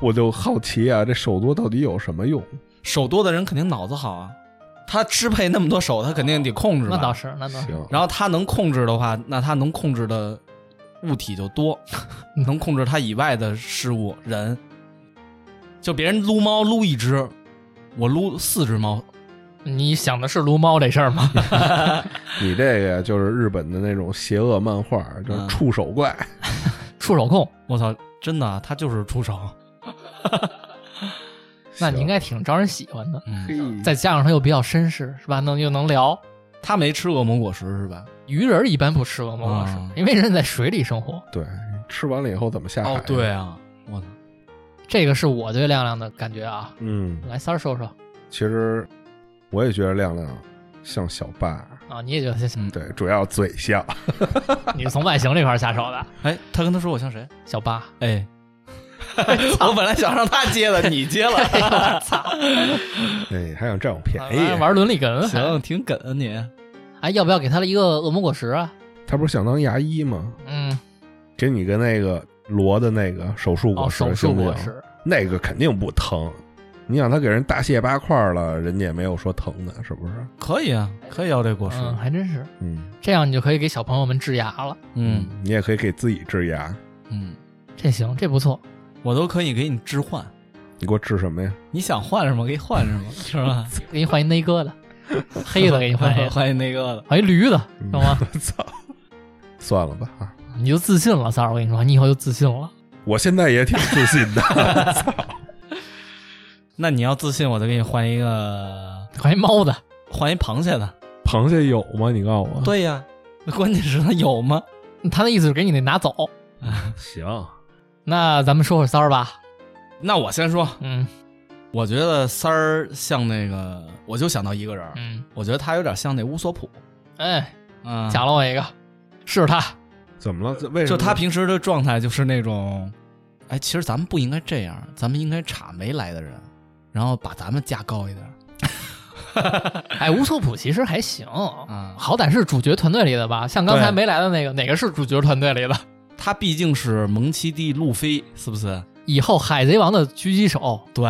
Speaker 3: 我就好奇啊，这手多到底有什么用？
Speaker 2: 手多的人肯定脑子好啊，他支配那么多手，他肯定得控制吧。
Speaker 1: 那倒。是，那倒是。
Speaker 3: 行，
Speaker 2: 然后他能控制的话，那他能控制的物体就多，能控制他以外的事物人。就别人撸猫撸一只，我撸四只猫。
Speaker 1: 你想的是撸猫这事儿吗？
Speaker 3: 你这个就是日本的那种邪恶漫画，就是
Speaker 2: 嗯
Speaker 3: 触手怪。
Speaker 1: 触手控，
Speaker 2: 我操，真的啊，他就是出手。
Speaker 1: 那你应该挺招人喜欢的。
Speaker 2: 嗯，
Speaker 3: 该
Speaker 1: 再加上他又比较绅士，是吧？能又能聊，
Speaker 2: 他没吃恶魔果实是吧？
Speaker 1: 鱼人一般不吃恶魔果实
Speaker 2: 啊，
Speaker 1: 因为人在水里生活。
Speaker 3: 对吃完了以后怎么下海？
Speaker 2: 哦，对，啊，我操，
Speaker 1: 这个是我对亮亮的感觉啊。
Speaker 3: 嗯，
Speaker 1: 来，三儿说说
Speaker 3: 其实我也觉得亮亮像小八，
Speaker 1: 啊，你也觉得行？
Speaker 2: 嗯
Speaker 3: 对，主要嘴像。
Speaker 1: 你是从外形这块儿下手的，
Speaker 2: 哎，他跟他说我像谁？
Speaker 1: 小八。
Speaker 2: 哎，我本来想让他接的，你接了。
Speaker 1: 哎呦我操！
Speaker 3: 哎，还想占我便宜？
Speaker 1: 玩玩伦理哏，还，
Speaker 2: 行，挺梗啊你。
Speaker 1: 哎，要不要给他一个恶魔果实啊？
Speaker 3: 他不是想当牙医吗？
Speaker 1: 嗯，
Speaker 3: 给你个那个罗的那个手术
Speaker 1: 哦，
Speaker 3: 果实，
Speaker 1: 手术
Speaker 3: 行不
Speaker 1: 果
Speaker 3: 行
Speaker 1: 实，
Speaker 3: 那个肯定不疼，你想他给人大卸八块了，人家也没有说疼的，是不是？
Speaker 2: 可以啊，可以要这果实。
Speaker 1: 嗯，还真是。
Speaker 3: 嗯
Speaker 1: 这样你就可以给小朋友们治牙了，
Speaker 2: 嗯，
Speaker 3: 你也可以给自己治牙，
Speaker 2: 嗯，
Speaker 1: 这行，这不错。
Speaker 2: 我都可以给你置换，
Speaker 3: 你给我治什么呀？
Speaker 2: 你想换什么给你换什 么，是吧？
Speaker 1: 给你换一内哥的， 黑的给你换一个，
Speaker 2: 换一那个了。
Speaker 1: 换一驴的，
Speaker 3: 嗯
Speaker 1: 知道吗？
Speaker 3: 操，算了吧啊！
Speaker 1: 你就自信了，三儿，我跟你说，你以后就自信了。
Speaker 3: 我现在也挺自信的，
Speaker 2: 那你要自信，我再给你换一个，
Speaker 1: 换一猫的，
Speaker 2: 换一螃蟹的。
Speaker 3: 螃蟹有吗？你告诉我。，
Speaker 2: 对呀，关键是它有吗？
Speaker 1: 他那意思是给你那拿走。
Speaker 3: 行，
Speaker 1: 那咱们说说三儿吧，
Speaker 2: 那我先说，
Speaker 1: 嗯
Speaker 2: 我觉得三儿像那个，我就想到一个人儿，
Speaker 1: 嗯，
Speaker 2: 我觉得他有点像那乌索普，
Speaker 1: 哎，
Speaker 2: 嗯，
Speaker 1: 讲了我一个，是他，
Speaker 3: 怎么了？这为什
Speaker 2: 就
Speaker 3: 么？
Speaker 2: 他平时的状态就是那种，哎，其实咱们不应该这样，咱们应该查没来的人，然后把咱们架高一点
Speaker 1: 哎，乌索普其实还行，
Speaker 2: 啊。
Speaker 1: 好歹是主角团队里的吧？像刚才
Speaker 2: 对
Speaker 1: 没来的那个，哪个是主角团队里的？
Speaker 2: 他毕竟是蒙奇 D 路飞，是不是？
Speaker 1: 以后海贼王的狙击手，
Speaker 2: 对，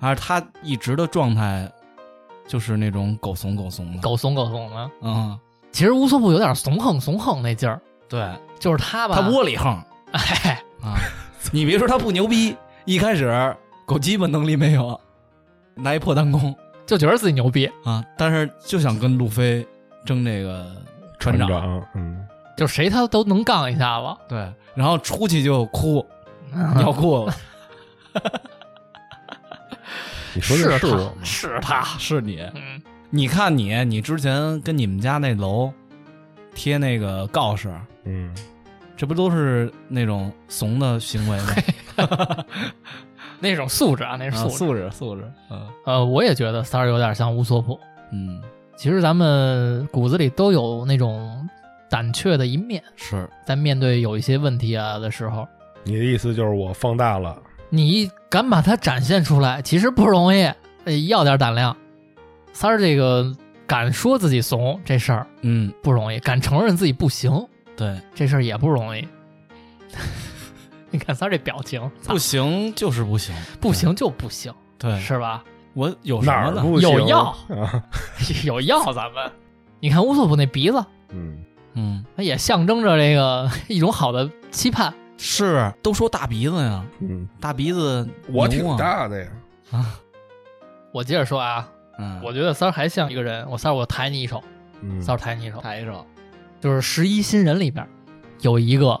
Speaker 2: 而他一直的状态就是那种狗怂狗怂的，
Speaker 1: 狗怂狗怂的。
Speaker 2: 嗯，
Speaker 1: 其实乌索普有点怂横怂横那劲儿，
Speaker 2: 对
Speaker 1: 就是他吧，
Speaker 2: 他窝里横
Speaker 1: 哎，
Speaker 2: 啊。你别说他不牛逼，一开始狗鸡巴能力没有，拿一破弹弓
Speaker 1: 就觉得自己牛逼，
Speaker 2: 啊，但是就想跟路飞争这个船
Speaker 3: 船
Speaker 2: 长，
Speaker 3: 长，嗯，
Speaker 1: 就谁他都能杠一下子。
Speaker 2: 对，然后出去就 哭尿裤子，
Speaker 3: 你说啊
Speaker 1: 是啊
Speaker 3: 这我
Speaker 1: 他
Speaker 3: 吗，？
Speaker 1: 是他，
Speaker 2: 是你，
Speaker 1: 嗯，
Speaker 2: 你看你，你之前跟你们家那楼贴那个告示，
Speaker 3: 嗯，
Speaker 2: 这不都是那种怂的行为吗？
Speaker 1: 那种素质啊， 那是素
Speaker 2: 啊
Speaker 1: 质。
Speaker 2: 素质素质，嗯
Speaker 1: 呃，我也觉得三儿有点像乌索普。
Speaker 2: 嗯
Speaker 1: 其实咱们骨子里都有那种胆怯的一面，
Speaker 2: 是，
Speaker 1: 在面对有一些问题啊的时候，
Speaker 3: 你的意思就是我放大了，
Speaker 1: 你敢把它展现出来，其实不容易，呃要点胆量。三儿这个敢说自己怂这事儿
Speaker 2: 嗯
Speaker 1: 不容易，敢承认自己不行
Speaker 2: 对，
Speaker 1: 这事儿也不容易。 你看三儿这表情，操
Speaker 2: 不行就是不行，
Speaker 1: 不行就不行，
Speaker 2: 对
Speaker 1: 是吧？
Speaker 2: 我有什
Speaker 3: 哪
Speaker 2: 么
Speaker 3: 儿
Speaker 2: 呢？
Speaker 3: 不行
Speaker 1: 有药
Speaker 3: 啊？
Speaker 1: 有药咱们，你看乌索普那鼻子，
Speaker 3: 嗯，
Speaker 2: 嗯
Speaker 1: 它也象征着这个 一种好的期盼。
Speaker 2: 是，啊都说大鼻子呀，
Speaker 3: 嗯，
Speaker 2: 大鼻子
Speaker 3: 我
Speaker 2: 牛
Speaker 3: 挺
Speaker 2: 啊
Speaker 3: 大的呀，
Speaker 2: 啊，
Speaker 1: 我接着说啊，
Speaker 2: 嗯，
Speaker 1: 我觉得三儿还像一个人，我三儿我抬你一手，
Speaker 3: 嗯，
Speaker 1: 三儿抬你一手，
Speaker 2: 抬手，
Speaker 1: 就是十一新人里边儿有一个，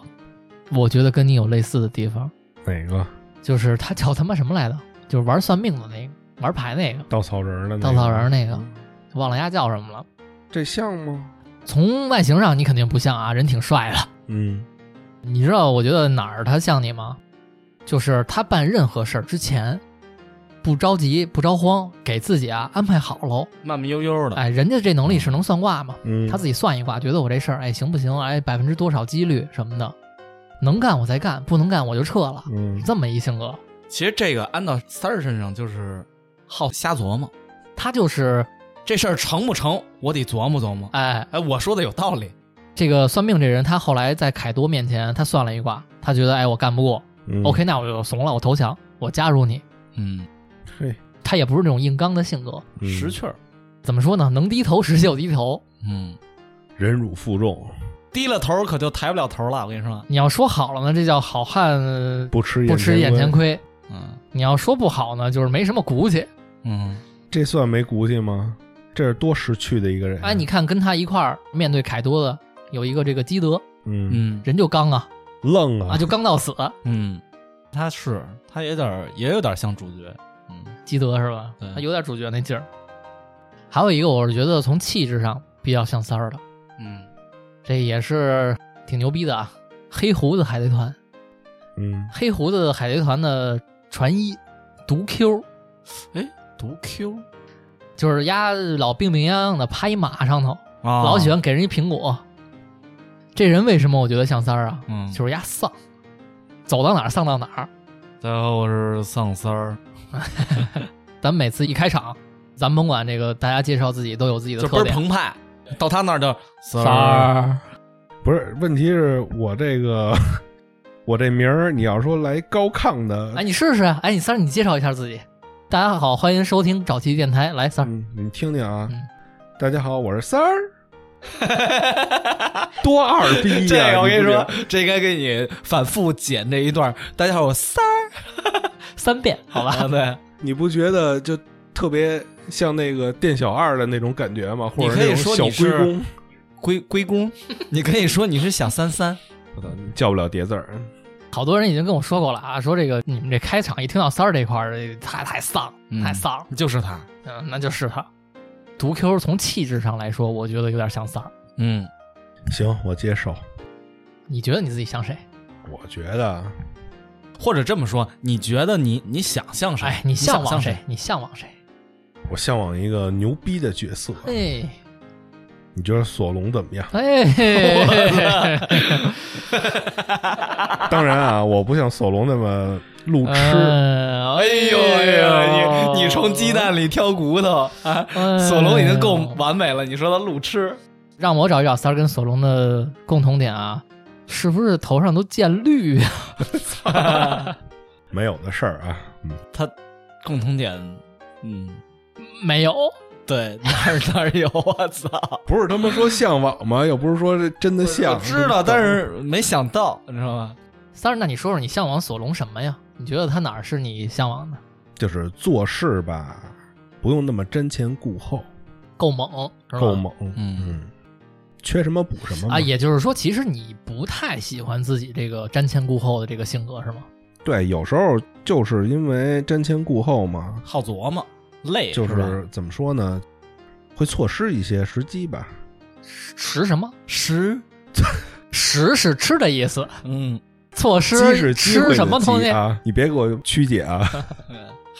Speaker 1: 我觉得跟你有类似的地方，
Speaker 3: 哪个
Speaker 1: 就是他叫他妈什么来着？就是玩算命的那个，玩牌那个，
Speaker 3: 稻草人儿的那个？
Speaker 1: 稻草人儿那个
Speaker 3: 嗯
Speaker 1: 忘了丫叫什么了。
Speaker 3: 这像吗？
Speaker 1: 从外形上你肯定不像啊，人挺帅的。
Speaker 3: 嗯，
Speaker 1: 你知道我觉得哪儿他像你吗？就是他办任何事儿之前，不着急不着慌，给自己啊安排好喽。
Speaker 2: 慢慢悠悠的，
Speaker 1: 哎，人家这能力是能算卦吗？
Speaker 3: 嗯，
Speaker 1: 他自己算一卦，觉得我这事儿哎行不行？哎，百分之多少几率什么的，能干我再干，不能干我就撤了。
Speaker 3: 嗯，
Speaker 1: 这么一性格，
Speaker 2: 其实这个安到三儿身上就是好瞎琢磨，
Speaker 1: 他就是
Speaker 2: 这事儿成不成，我得琢磨琢磨。
Speaker 1: 哎，
Speaker 2: 哎，我说的有道理，
Speaker 1: 这个算命这人，他后来在凯多面前，他算了一卦，他觉得哎我干不过、
Speaker 3: 嗯
Speaker 1: o k 那我就怂了，我投降，我加入你。
Speaker 2: 嗯，
Speaker 3: 嘿，
Speaker 1: 他也不是那种硬刚的性格，
Speaker 3: 嗯
Speaker 2: 识趣儿，
Speaker 1: 怎么说呢？能低头时就低头，
Speaker 2: 嗯，
Speaker 3: 忍辱负重，
Speaker 2: 低了头可就抬不了头了，我跟你说，
Speaker 1: 你要说好了呢，这叫好汉呃
Speaker 3: 不吃
Speaker 1: 不吃眼前
Speaker 3: 亏，
Speaker 1: 亏；
Speaker 2: 嗯
Speaker 1: 你要说不好呢，就是没什么骨气。
Speaker 2: 嗯，
Speaker 3: 这算没骨气吗？这是多识趣的一个人。
Speaker 1: 哎，你，看跟他一块儿面对凯多的有一个这个基德，
Speaker 3: 嗯，
Speaker 2: 嗯
Speaker 1: 人就刚啊
Speaker 3: 愣啊，
Speaker 1: 啊就刚到死，
Speaker 2: 嗯，他是他有点儿也有点像主角，嗯
Speaker 1: 基德是吧
Speaker 2: 对？
Speaker 1: 他有点主角那劲儿。还有一个，我是觉得从气质上比较像三儿的。
Speaker 2: 嗯，
Speaker 1: 这也是挺牛逼的啊！黑胡子海贼团，
Speaker 3: 嗯，
Speaker 1: 黑胡子海贼团的船医毒 Q，
Speaker 2: 毒 Q
Speaker 1: 就是丫老病病殃殃的趴一马上头，
Speaker 2: 啊，
Speaker 1: 老喜欢给人一苹果。这人为什么我觉得像三儿啊？
Speaker 2: 嗯，
Speaker 1: 就是丫丧，走到哪儿丧到哪儿。
Speaker 2: 最后是丧三儿，
Speaker 1: 咱每次一开场，咱甭管这个，大家介绍自己都有自己的
Speaker 2: 就倍
Speaker 1: 特
Speaker 2: 儿
Speaker 1: 点。
Speaker 2: 澎湃，到他那儿就三
Speaker 1: 三，儿，
Speaker 3: 不是，问题是我这个我这名儿，你要说来高亢的
Speaker 1: 哎哎，，你试试啊，哎，你三儿，你介绍一下自己，大家好，欢迎收听找齐电台。来，三儿，
Speaker 3: 嗯，你们听听啊
Speaker 1: 嗯。
Speaker 3: 大家好，我是 三儿，多二逼
Speaker 2: 这
Speaker 3: 呀！
Speaker 2: 个我跟哎
Speaker 3: 你
Speaker 2: 你
Speaker 3: 不觉
Speaker 2: 说
Speaker 3: 得，，
Speaker 2: 这应该给你反复剪这一段。大家好，我三儿，
Speaker 1: 三遍，好吧？
Speaker 2: 啊 对，
Speaker 3: 你不觉得就特别像那个店小二的那种感觉吗？或者
Speaker 2: 你可以
Speaker 3: 那种
Speaker 2: 说
Speaker 3: 小
Speaker 2: 你是
Speaker 3: 龟公，
Speaker 2: 归归 公，你可以说你是想三三，
Speaker 3: 我操，你叫不了叠字儿。
Speaker 1: 好多人已经跟我说过了啊，说这个你们这开场一听到三儿这块儿，这太太丧，
Speaker 2: 嗯
Speaker 1: 太丧了。
Speaker 2: 就是他。
Speaker 1: 嗯，那就是他。毒 Q 从气质上来说，我觉得有点像三儿。
Speaker 2: 嗯，
Speaker 3: 行，我接受。
Speaker 1: 你觉得你自己像谁？
Speaker 3: 我觉得
Speaker 2: 或者这么说，你觉得你你想像谁？
Speaker 1: 哎，
Speaker 2: 你
Speaker 1: 向往
Speaker 2: 像
Speaker 1: 谁？？你向往谁？
Speaker 3: 我向往一个牛逼的角色。
Speaker 2: 嗯
Speaker 1: 哎？
Speaker 3: 你觉得索隆怎么样
Speaker 1: 哎，
Speaker 3: 当然啊，我不像索隆那么路 痴。
Speaker 1: 呃
Speaker 2: 哎呦哎呦，你你从鸡蛋里挑骨头啊！索隆已经够完美了，你说他路痴？
Speaker 1: 嗯让我找一找三儿跟索隆的共同点啊，是不是头上都见绿啊？
Speaker 3: 没有的事儿啊。嗯，
Speaker 2: 共同点，嗯，
Speaker 1: 没有，
Speaker 2: 对，哪儿哪儿有？我 操！
Speaker 3: 不是他们说向往吗？又不是说是真的向。
Speaker 2: 我知道，但是没想到，你知道吗？
Speaker 1: 三儿，那你说说你向往索隆什么呀？你觉得他哪儿是你向往的？
Speaker 3: 就是做事吧，不用那么瞻前顾后，
Speaker 1: 够猛，是吧
Speaker 3: 够猛。
Speaker 2: 嗯
Speaker 3: 嗯，缺什么补什么嘛
Speaker 1: 啊，也就是说，其实你不太喜欢自己这个瞻前顾后的这个性格是吗？
Speaker 3: 对，有时候就是因为瞻前顾后嘛，
Speaker 2: 好琢磨，累，
Speaker 3: 就是
Speaker 2: 吧
Speaker 3: 是怎么说呢，会错失一些时机吧。
Speaker 1: 识什么？
Speaker 2: 十，
Speaker 1: 识是吃的意思，
Speaker 2: 嗯，
Speaker 1: 错
Speaker 3: 鸡
Speaker 1: 失
Speaker 3: 是机
Speaker 1: 吃
Speaker 3: 会
Speaker 1: 什么
Speaker 3: 的
Speaker 1: 东
Speaker 3: 鸡
Speaker 1: 西？
Speaker 3: 啊！你别给我曲解啊！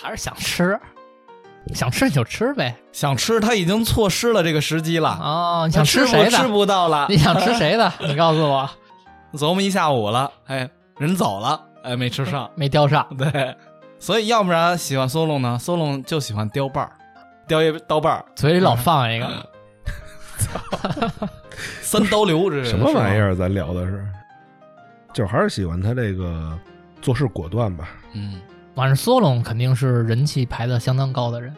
Speaker 1: 还是想吃，想吃你就吃呗
Speaker 2: 想吃他已经错失了这个时机了，哎
Speaker 1: 啊！你想
Speaker 2: 吃不
Speaker 1: 谁
Speaker 2: 吃
Speaker 1: 的？
Speaker 2: 不到了，
Speaker 1: 你想吃谁 的？你告诉我，
Speaker 2: 琢磨一下午了，哎，人走了，哎，没吃 上，
Speaker 1: 没钓上。
Speaker 2: 对，所以要不然喜欢 solo 呢，solo 就喜欢雕把儿，雕一刀把儿，
Speaker 1: 嘴里老放一个，
Speaker 2: 三刀流，这是
Speaker 3: 什么玩意？儿？咱聊的是，就还是喜欢他这个做事果断吧。
Speaker 2: 嗯，
Speaker 1: 反正索隆肯定是人气排的相当高的人。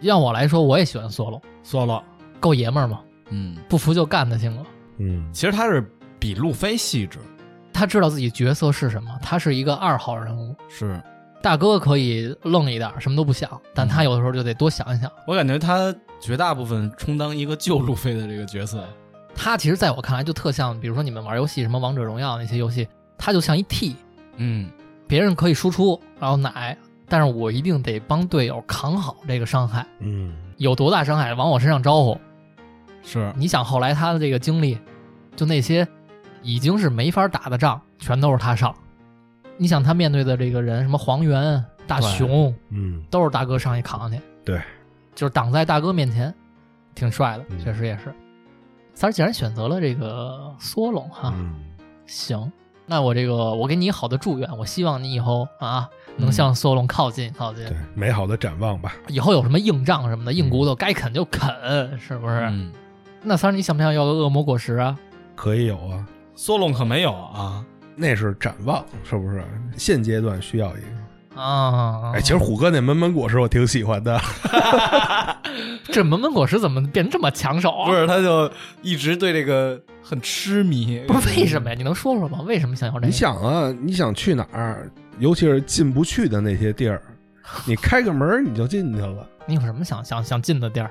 Speaker 1: 让我来说，我也喜欢索隆，
Speaker 2: solo，
Speaker 1: 够爷们儿嘛，
Speaker 2: 嗯，
Speaker 1: 不服就干的性格。
Speaker 3: 嗯，
Speaker 2: 其实他是比路飞细致，
Speaker 1: 他知道自己角色是什么，他是一个二号人物。
Speaker 2: 是
Speaker 1: 大哥可以愣一点儿，什么都不想，但他有的时候就得多想一想。
Speaker 2: 我感觉他绝大部分充当一个救路飞的这个角色，
Speaker 1: 他其实在我看来就特像，比如说你们玩游戏，什么王者荣耀那些游戏，他就像一 T，
Speaker 2: 嗯，
Speaker 1: 别人可以输出然后奶，但是我一定得帮队友扛好这个伤害，
Speaker 3: 嗯，
Speaker 1: 有多大伤害往我身上招呼。
Speaker 2: 是
Speaker 1: 你想后来他的这个经历，就那些已经是没法打的仗，全都是他上。你想他面对的这个人，什么黄猿、大
Speaker 2: 对
Speaker 1: 熊，
Speaker 3: 嗯，
Speaker 1: 都是大哥上去扛去。
Speaker 3: 对，
Speaker 1: 就是挡在大哥面前，挺帅的，
Speaker 3: 嗯
Speaker 1: 确实也是。三儿既然选择了这个缩拢哈，
Speaker 3: 嗯，
Speaker 1: 行，那我这个我给你好的祝愿，我希望你以后啊能
Speaker 2: 嗯
Speaker 1: 向缩拢靠近靠近
Speaker 3: 对，，嗯美好的展望吧。
Speaker 1: 以后有什么硬仗什么的，硬骨头该啃就啃，是不是？
Speaker 2: 嗯
Speaker 1: 那三儿你想不想要个恶魔果实啊？
Speaker 3: 可以有啊，
Speaker 2: ，solo 可没有啊，
Speaker 3: 那是展望，是不是？现阶段需要一
Speaker 1: 哦
Speaker 3: 个。
Speaker 1: 啊，
Speaker 3: 哎，其实虎哥那闷闷果实我挺喜欢的，
Speaker 1: 这门门果实怎么变这么抢手啊？
Speaker 2: 不是，他就一直对这个很痴迷，
Speaker 1: 不是为什么呀？你能说说吗？为什么想要这个？
Speaker 3: 你想啊，你想去哪儿，尤其是进不去的那些 地儿，你开个门儿你就进去了。嗯
Speaker 1: 你有什么想想想进的地儿？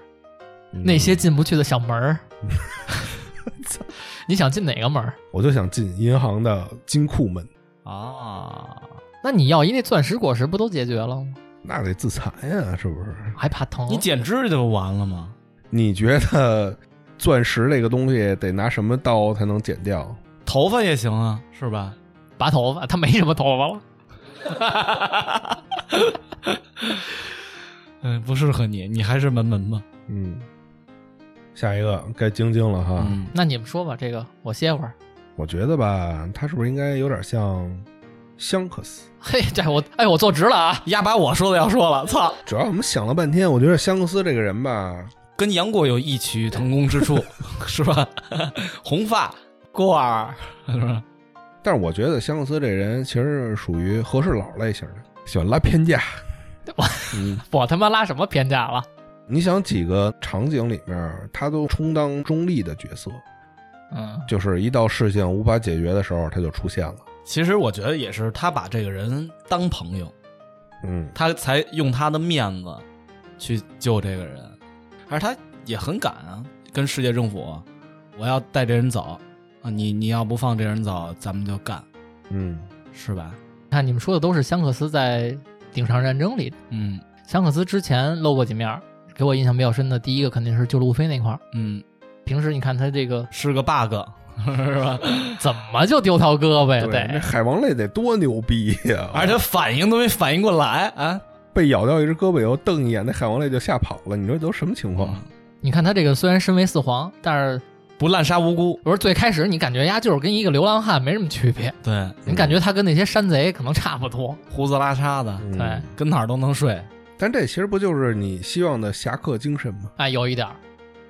Speaker 1: 那些进不去的小门 儿。你想进哪个门儿？
Speaker 3: 我就想进银行的金库门，
Speaker 2: 啊？
Speaker 1: 那你要一那钻石果实不都解决了吗？
Speaker 3: 那得自残呀，是不是？
Speaker 1: 还怕疼？
Speaker 2: 你减脂就完了吗？
Speaker 3: 你觉得钻石这个东西得拿什么刀才能剪掉？
Speaker 2: 头发也行啊，是 吧？
Speaker 1: 拔头发，他没什么头发了。
Speaker 2: 嗯，不适合你，你还是门门吧。
Speaker 3: 嗯，下一个该晶晶了哈。
Speaker 2: 嗯，
Speaker 1: 那你们说吧，这个我歇会儿。
Speaker 3: 我觉得吧，他是不是应该有点像香克斯？
Speaker 1: 嘿，这我哎，我坐直了啊！
Speaker 2: 呀，把我说的要说了，操，
Speaker 3: 主要我们想了半天，我觉得香克斯这个人吧，
Speaker 2: 跟杨过有异曲同工 之处，是吧？红发过儿，是吧？
Speaker 3: 但是我觉得香克斯这人其实属于和事佬类型的，喜欢拉偏架，嗯，
Speaker 1: 我他妈拉什么偏架了？
Speaker 3: 你想几个场景里面，他都充当中立的角色，
Speaker 1: 嗯，
Speaker 3: 就是一到事情无法解决的时候，他就出现了。
Speaker 2: 其实我觉得也是他把这个人当朋友，
Speaker 3: 嗯，
Speaker 2: 他才用他的面子去救这个人，而他也很敢啊，跟世界政府，我要带这人走啊，你你要不放这人走，咱们就干，
Speaker 3: 嗯，
Speaker 2: 是吧？
Speaker 1: 看你们说的都是香克斯在《顶上战争》里，
Speaker 2: 嗯
Speaker 1: 香克斯之前露过几面儿，给我印象比较深的第一个肯定是救路飞那块儿。
Speaker 2: 嗯，
Speaker 1: 平时你看他这个
Speaker 2: 是个 bug，是啊吧？
Speaker 1: 怎么就丢条胳膊呀？
Speaker 3: 对，那
Speaker 1: 得
Speaker 3: 海王类得多牛逼呀、
Speaker 2: 而且反应都没反应过来啊！
Speaker 3: 被咬掉一只胳膊以后，瞪一眼，那海王类就吓跑了。你说都什么情况？
Speaker 1: 你看他这个虽然身为四皇，但是
Speaker 2: 嗯不滥杀无辜，
Speaker 1: 我说最开始你感觉丫就是跟一个流浪汉没什么区
Speaker 3: 嗯
Speaker 1: 别，
Speaker 2: 对，
Speaker 1: 你感觉他跟那些山贼可能差不多。
Speaker 2: 胡子拉碴的，
Speaker 3: 嗯
Speaker 1: 对
Speaker 2: 跟哪儿都能睡。
Speaker 3: 但这其实不就是你希望的侠客精神吗？
Speaker 1: 哎，有一点儿，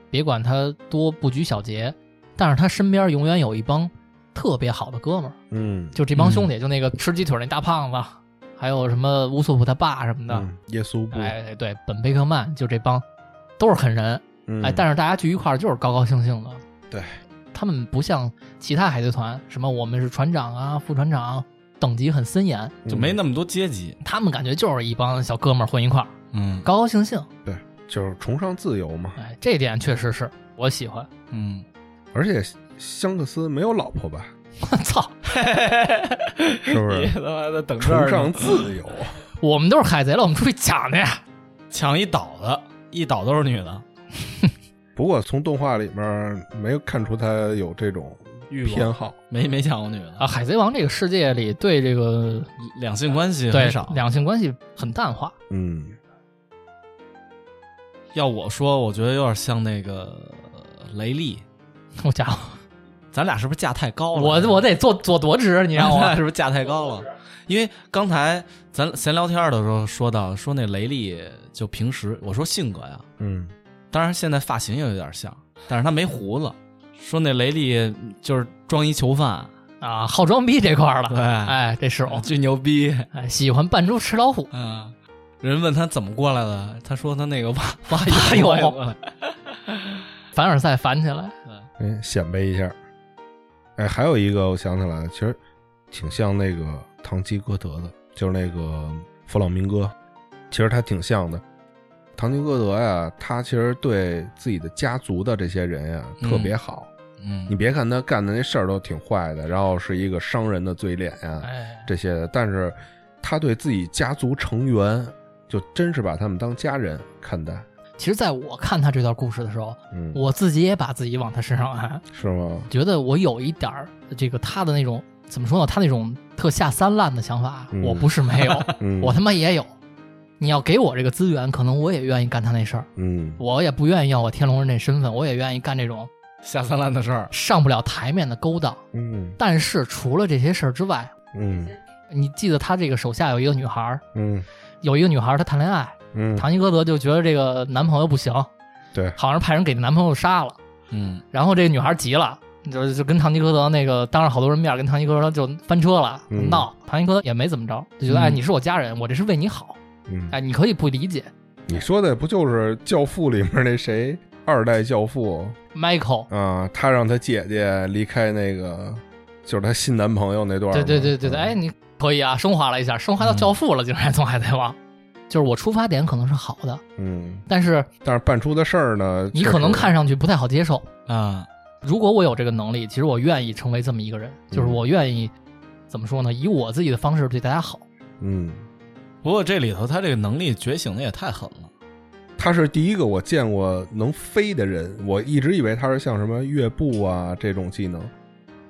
Speaker 1: 别管他多不拘小节，但是他身边永远有一帮特别好的哥们儿，
Speaker 3: 嗯，
Speaker 1: 就这帮兄弟，就那个吃鸡腿那大胖子，还有什么乌索普他爸什么的，
Speaker 3: 嗯耶稣布，
Speaker 1: 哎，对，本贝克曼，就这帮都是狠人，
Speaker 3: 嗯
Speaker 1: 哎，但是大家聚一块儿就是高高兴兴的。
Speaker 3: 对，
Speaker 1: 他们不像其他海贼团，什么我们是船长啊、副船长，等级很森严，
Speaker 3: 嗯
Speaker 2: 就没那么多阶级。
Speaker 1: 他们感觉就是一帮小哥们儿混一块儿，
Speaker 2: 嗯
Speaker 1: 高高兴兴。
Speaker 3: 就是崇尚自由嘛。
Speaker 1: 哎，这点确实是我喜欢。
Speaker 2: 嗯，
Speaker 3: 而且香克斯没有老 婆吧？
Speaker 1: 我操，
Speaker 3: 是不
Speaker 2: 你
Speaker 3: 是？
Speaker 2: 他妈的等这
Speaker 3: 崇
Speaker 2: 儿呢
Speaker 3: 尚自由，
Speaker 1: 我们都是海贼了，我们出去抢去。
Speaker 2: 抢一岛的，一岛都是女的，
Speaker 3: 不过从动画里面没有看出他有这种
Speaker 2: 欲望
Speaker 3: 偏好。
Speaker 2: 没没抢过女的
Speaker 1: 啊，，海贼王这个世界里对这个
Speaker 2: 两性关系
Speaker 1: 对
Speaker 2: 很少。
Speaker 1: 两性关系很淡化。
Speaker 3: 嗯，
Speaker 2: 要我说，我觉得有点像那个呃雷利，
Speaker 1: 好家 伙，
Speaker 2: 咱俩是不是架太高了？
Speaker 1: 我 我得做做多直，你
Speaker 2: 你
Speaker 1: 让
Speaker 2: 让我
Speaker 1: 我
Speaker 2: 是不是架太高了？因为刚才咱闲聊天的时候说到，说那雷利就平时我说性格呀，
Speaker 3: 嗯，
Speaker 2: 当然现在发型也有点像，但是他没胡子。说那雷利就是装一囚犯，
Speaker 1: 啊，好装逼这块儿
Speaker 2: 对，
Speaker 1: 了。哎，这是我，
Speaker 2: 巨牛 逼，
Speaker 1: 哎，喜欢扮猪吃老 虎。
Speaker 2: 嗯，人问他怎么过来的，他说他那个挖挖
Speaker 1: 挖
Speaker 2: 油
Speaker 1: 油
Speaker 2: 挖油过来，
Speaker 1: 哎凡尔赛烦起来，
Speaker 3: 哎，显摆一下。哎，还有一个我想起来了，其实挺像那个唐吉诃德的，就是那个弗朗明哥，其实他挺像的。唐吉诃德呀，他其实对自己的家族的这些人呀
Speaker 2: 嗯
Speaker 3: 特别好。你
Speaker 2: 嗯，
Speaker 3: 别看他干的那事儿都挺坏的，然后是一个商人的嘴脸
Speaker 2: 嗯
Speaker 3: 呀、
Speaker 1: 哎，
Speaker 3: 这些的，但是他对自己家族成员就真是把他们当家人看待。
Speaker 1: 其实，在我看他这段故事的时候，
Speaker 3: 嗯，
Speaker 1: 我自己也把自己往他身上安，
Speaker 3: 是吗？
Speaker 1: 觉得我有一点儿这个他的那种怎么说呢？他那种特下三滥的想法，
Speaker 3: 嗯
Speaker 1: 我不是没有，
Speaker 3: 嗯，
Speaker 1: 我他妈也有。你要给我这个资源，可能我也愿意干他那事儿，
Speaker 3: 嗯，
Speaker 1: 我也不愿意要我天龙人这身份，我也愿意干这种
Speaker 2: 下三滥的事儿，
Speaker 1: 上不了台面的勾当。
Speaker 3: 嗯
Speaker 1: 但是除了这些事儿之外，
Speaker 3: 嗯
Speaker 1: 你记得他这个手下有一个女孩儿，
Speaker 3: 嗯
Speaker 1: 有一个女孩儿她谈恋爱，
Speaker 3: 嗯，
Speaker 1: 唐吉诃德就觉得这个男朋友不行，
Speaker 3: 对
Speaker 1: 好像是派人给男朋友杀了。
Speaker 2: 嗯
Speaker 1: 然后这个女孩急了，就就跟唐吉诃德那个当着好多人面跟唐吉诃德就翻车了，
Speaker 3: 嗯
Speaker 1: 闹。唐吉诃德也没怎么着，就觉得
Speaker 2: 嗯
Speaker 1: 哎，你是我家人，我这是为你好，
Speaker 3: 嗯，
Speaker 1: 哎，你可以不理解。
Speaker 3: 你说的不就是《教父》里面那谁二代教父
Speaker 1: Michael，
Speaker 3: 啊？他让他姐姐离开那个，就是他新男朋友那段儿
Speaker 1: 对
Speaker 3: 吗。
Speaker 1: 对对对对，
Speaker 3: 嗯
Speaker 1: 哎，，你可以啊，升华了一下，升华到教父了，竟然从海贼王。就是我出发点可能是好的，
Speaker 3: 嗯，
Speaker 1: 但是
Speaker 3: 但是办出的事儿呢，
Speaker 1: 你
Speaker 3: 确
Speaker 1: 可能
Speaker 3: 实
Speaker 1: 看上去不太好接受。
Speaker 2: 啊，
Speaker 1: 如果我有这个能力，其实我愿意成为这么一个人，就是我愿意怎么说呢，以我自己的方式对大家好。
Speaker 3: 嗯。
Speaker 2: 不过这里头他这个能力觉醒的也太狠了，
Speaker 3: 他是第一个我见过能飞的人，我一直以为他是像什么跃步啊这种技能。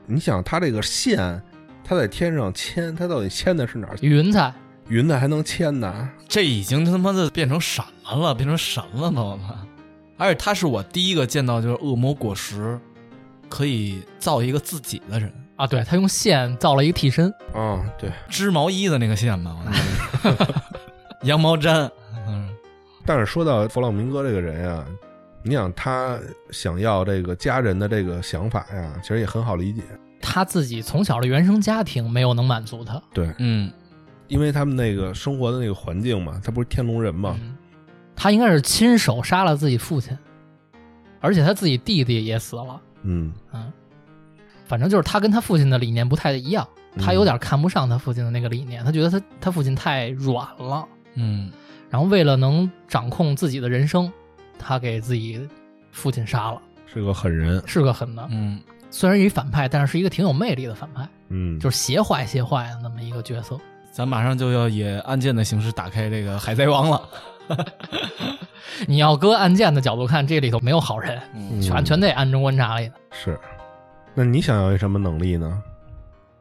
Speaker 3: 你想，他这个线，他在天上牵，他到底牵的是哪儿？
Speaker 1: 云彩，
Speaker 3: 云彩还能牵呢？
Speaker 2: 这已经他妈的变成什么了？变成神了，朋友们！而且他是我第一个见到就是恶魔果实可以造一个自己的人，
Speaker 1: 啊，对他用线造了一个替身，
Speaker 3: 啊，对。
Speaker 2: 织毛衣的那个线吧，我觉 得羊毛毡，嗯
Speaker 3: 但是说到弗朗明哥这个人啊，你想他想要这个家人的这个想法呀，其实也很好理解。
Speaker 2: 啊
Speaker 1: 他自己从小的原生家庭没有能满足他，
Speaker 3: 对，
Speaker 2: 嗯，
Speaker 3: 因为他们那个生活的那个环境嘛，他不是天龙人嘛，
Speaker 1: 嗯他应该是亲手杀了自己父亲，而且他自己弟弟也死了。
Speaker 3: 嗯，
Speaker 1: 嗯，反正就是他跟他父亲的理念不太一样，
Speaker 2: 嗯
Speaker 1: 他有点看不上他父亲的那个理念，他觉得他他父亲太软了。
Speaker 2: 嗯
Speaker 1: 然后为了能掌控自己的人生，他给自己父亲杀了，
Speaker 3: 是个狠人，
Speaker 1: 是个狠的。
Speaker 2: 嗯
Speaker 1: 虽然是一反派，但是是一个挺有魅力的反派，
Speaker 3: 嗯，
Speaker 1: 就是邪坏邪坏的那么一个角色。
Speaker 2: 咱马上就要以案件的形式打开这个《海贼王》了，
Speaker 1: 你要搁案件的角度看，这里头没有好人，
Speaker 2: 嗯
Speaker 1: 全全得暗中观察里的。
Speaker 3: 是。 那你想要一什么能力呢？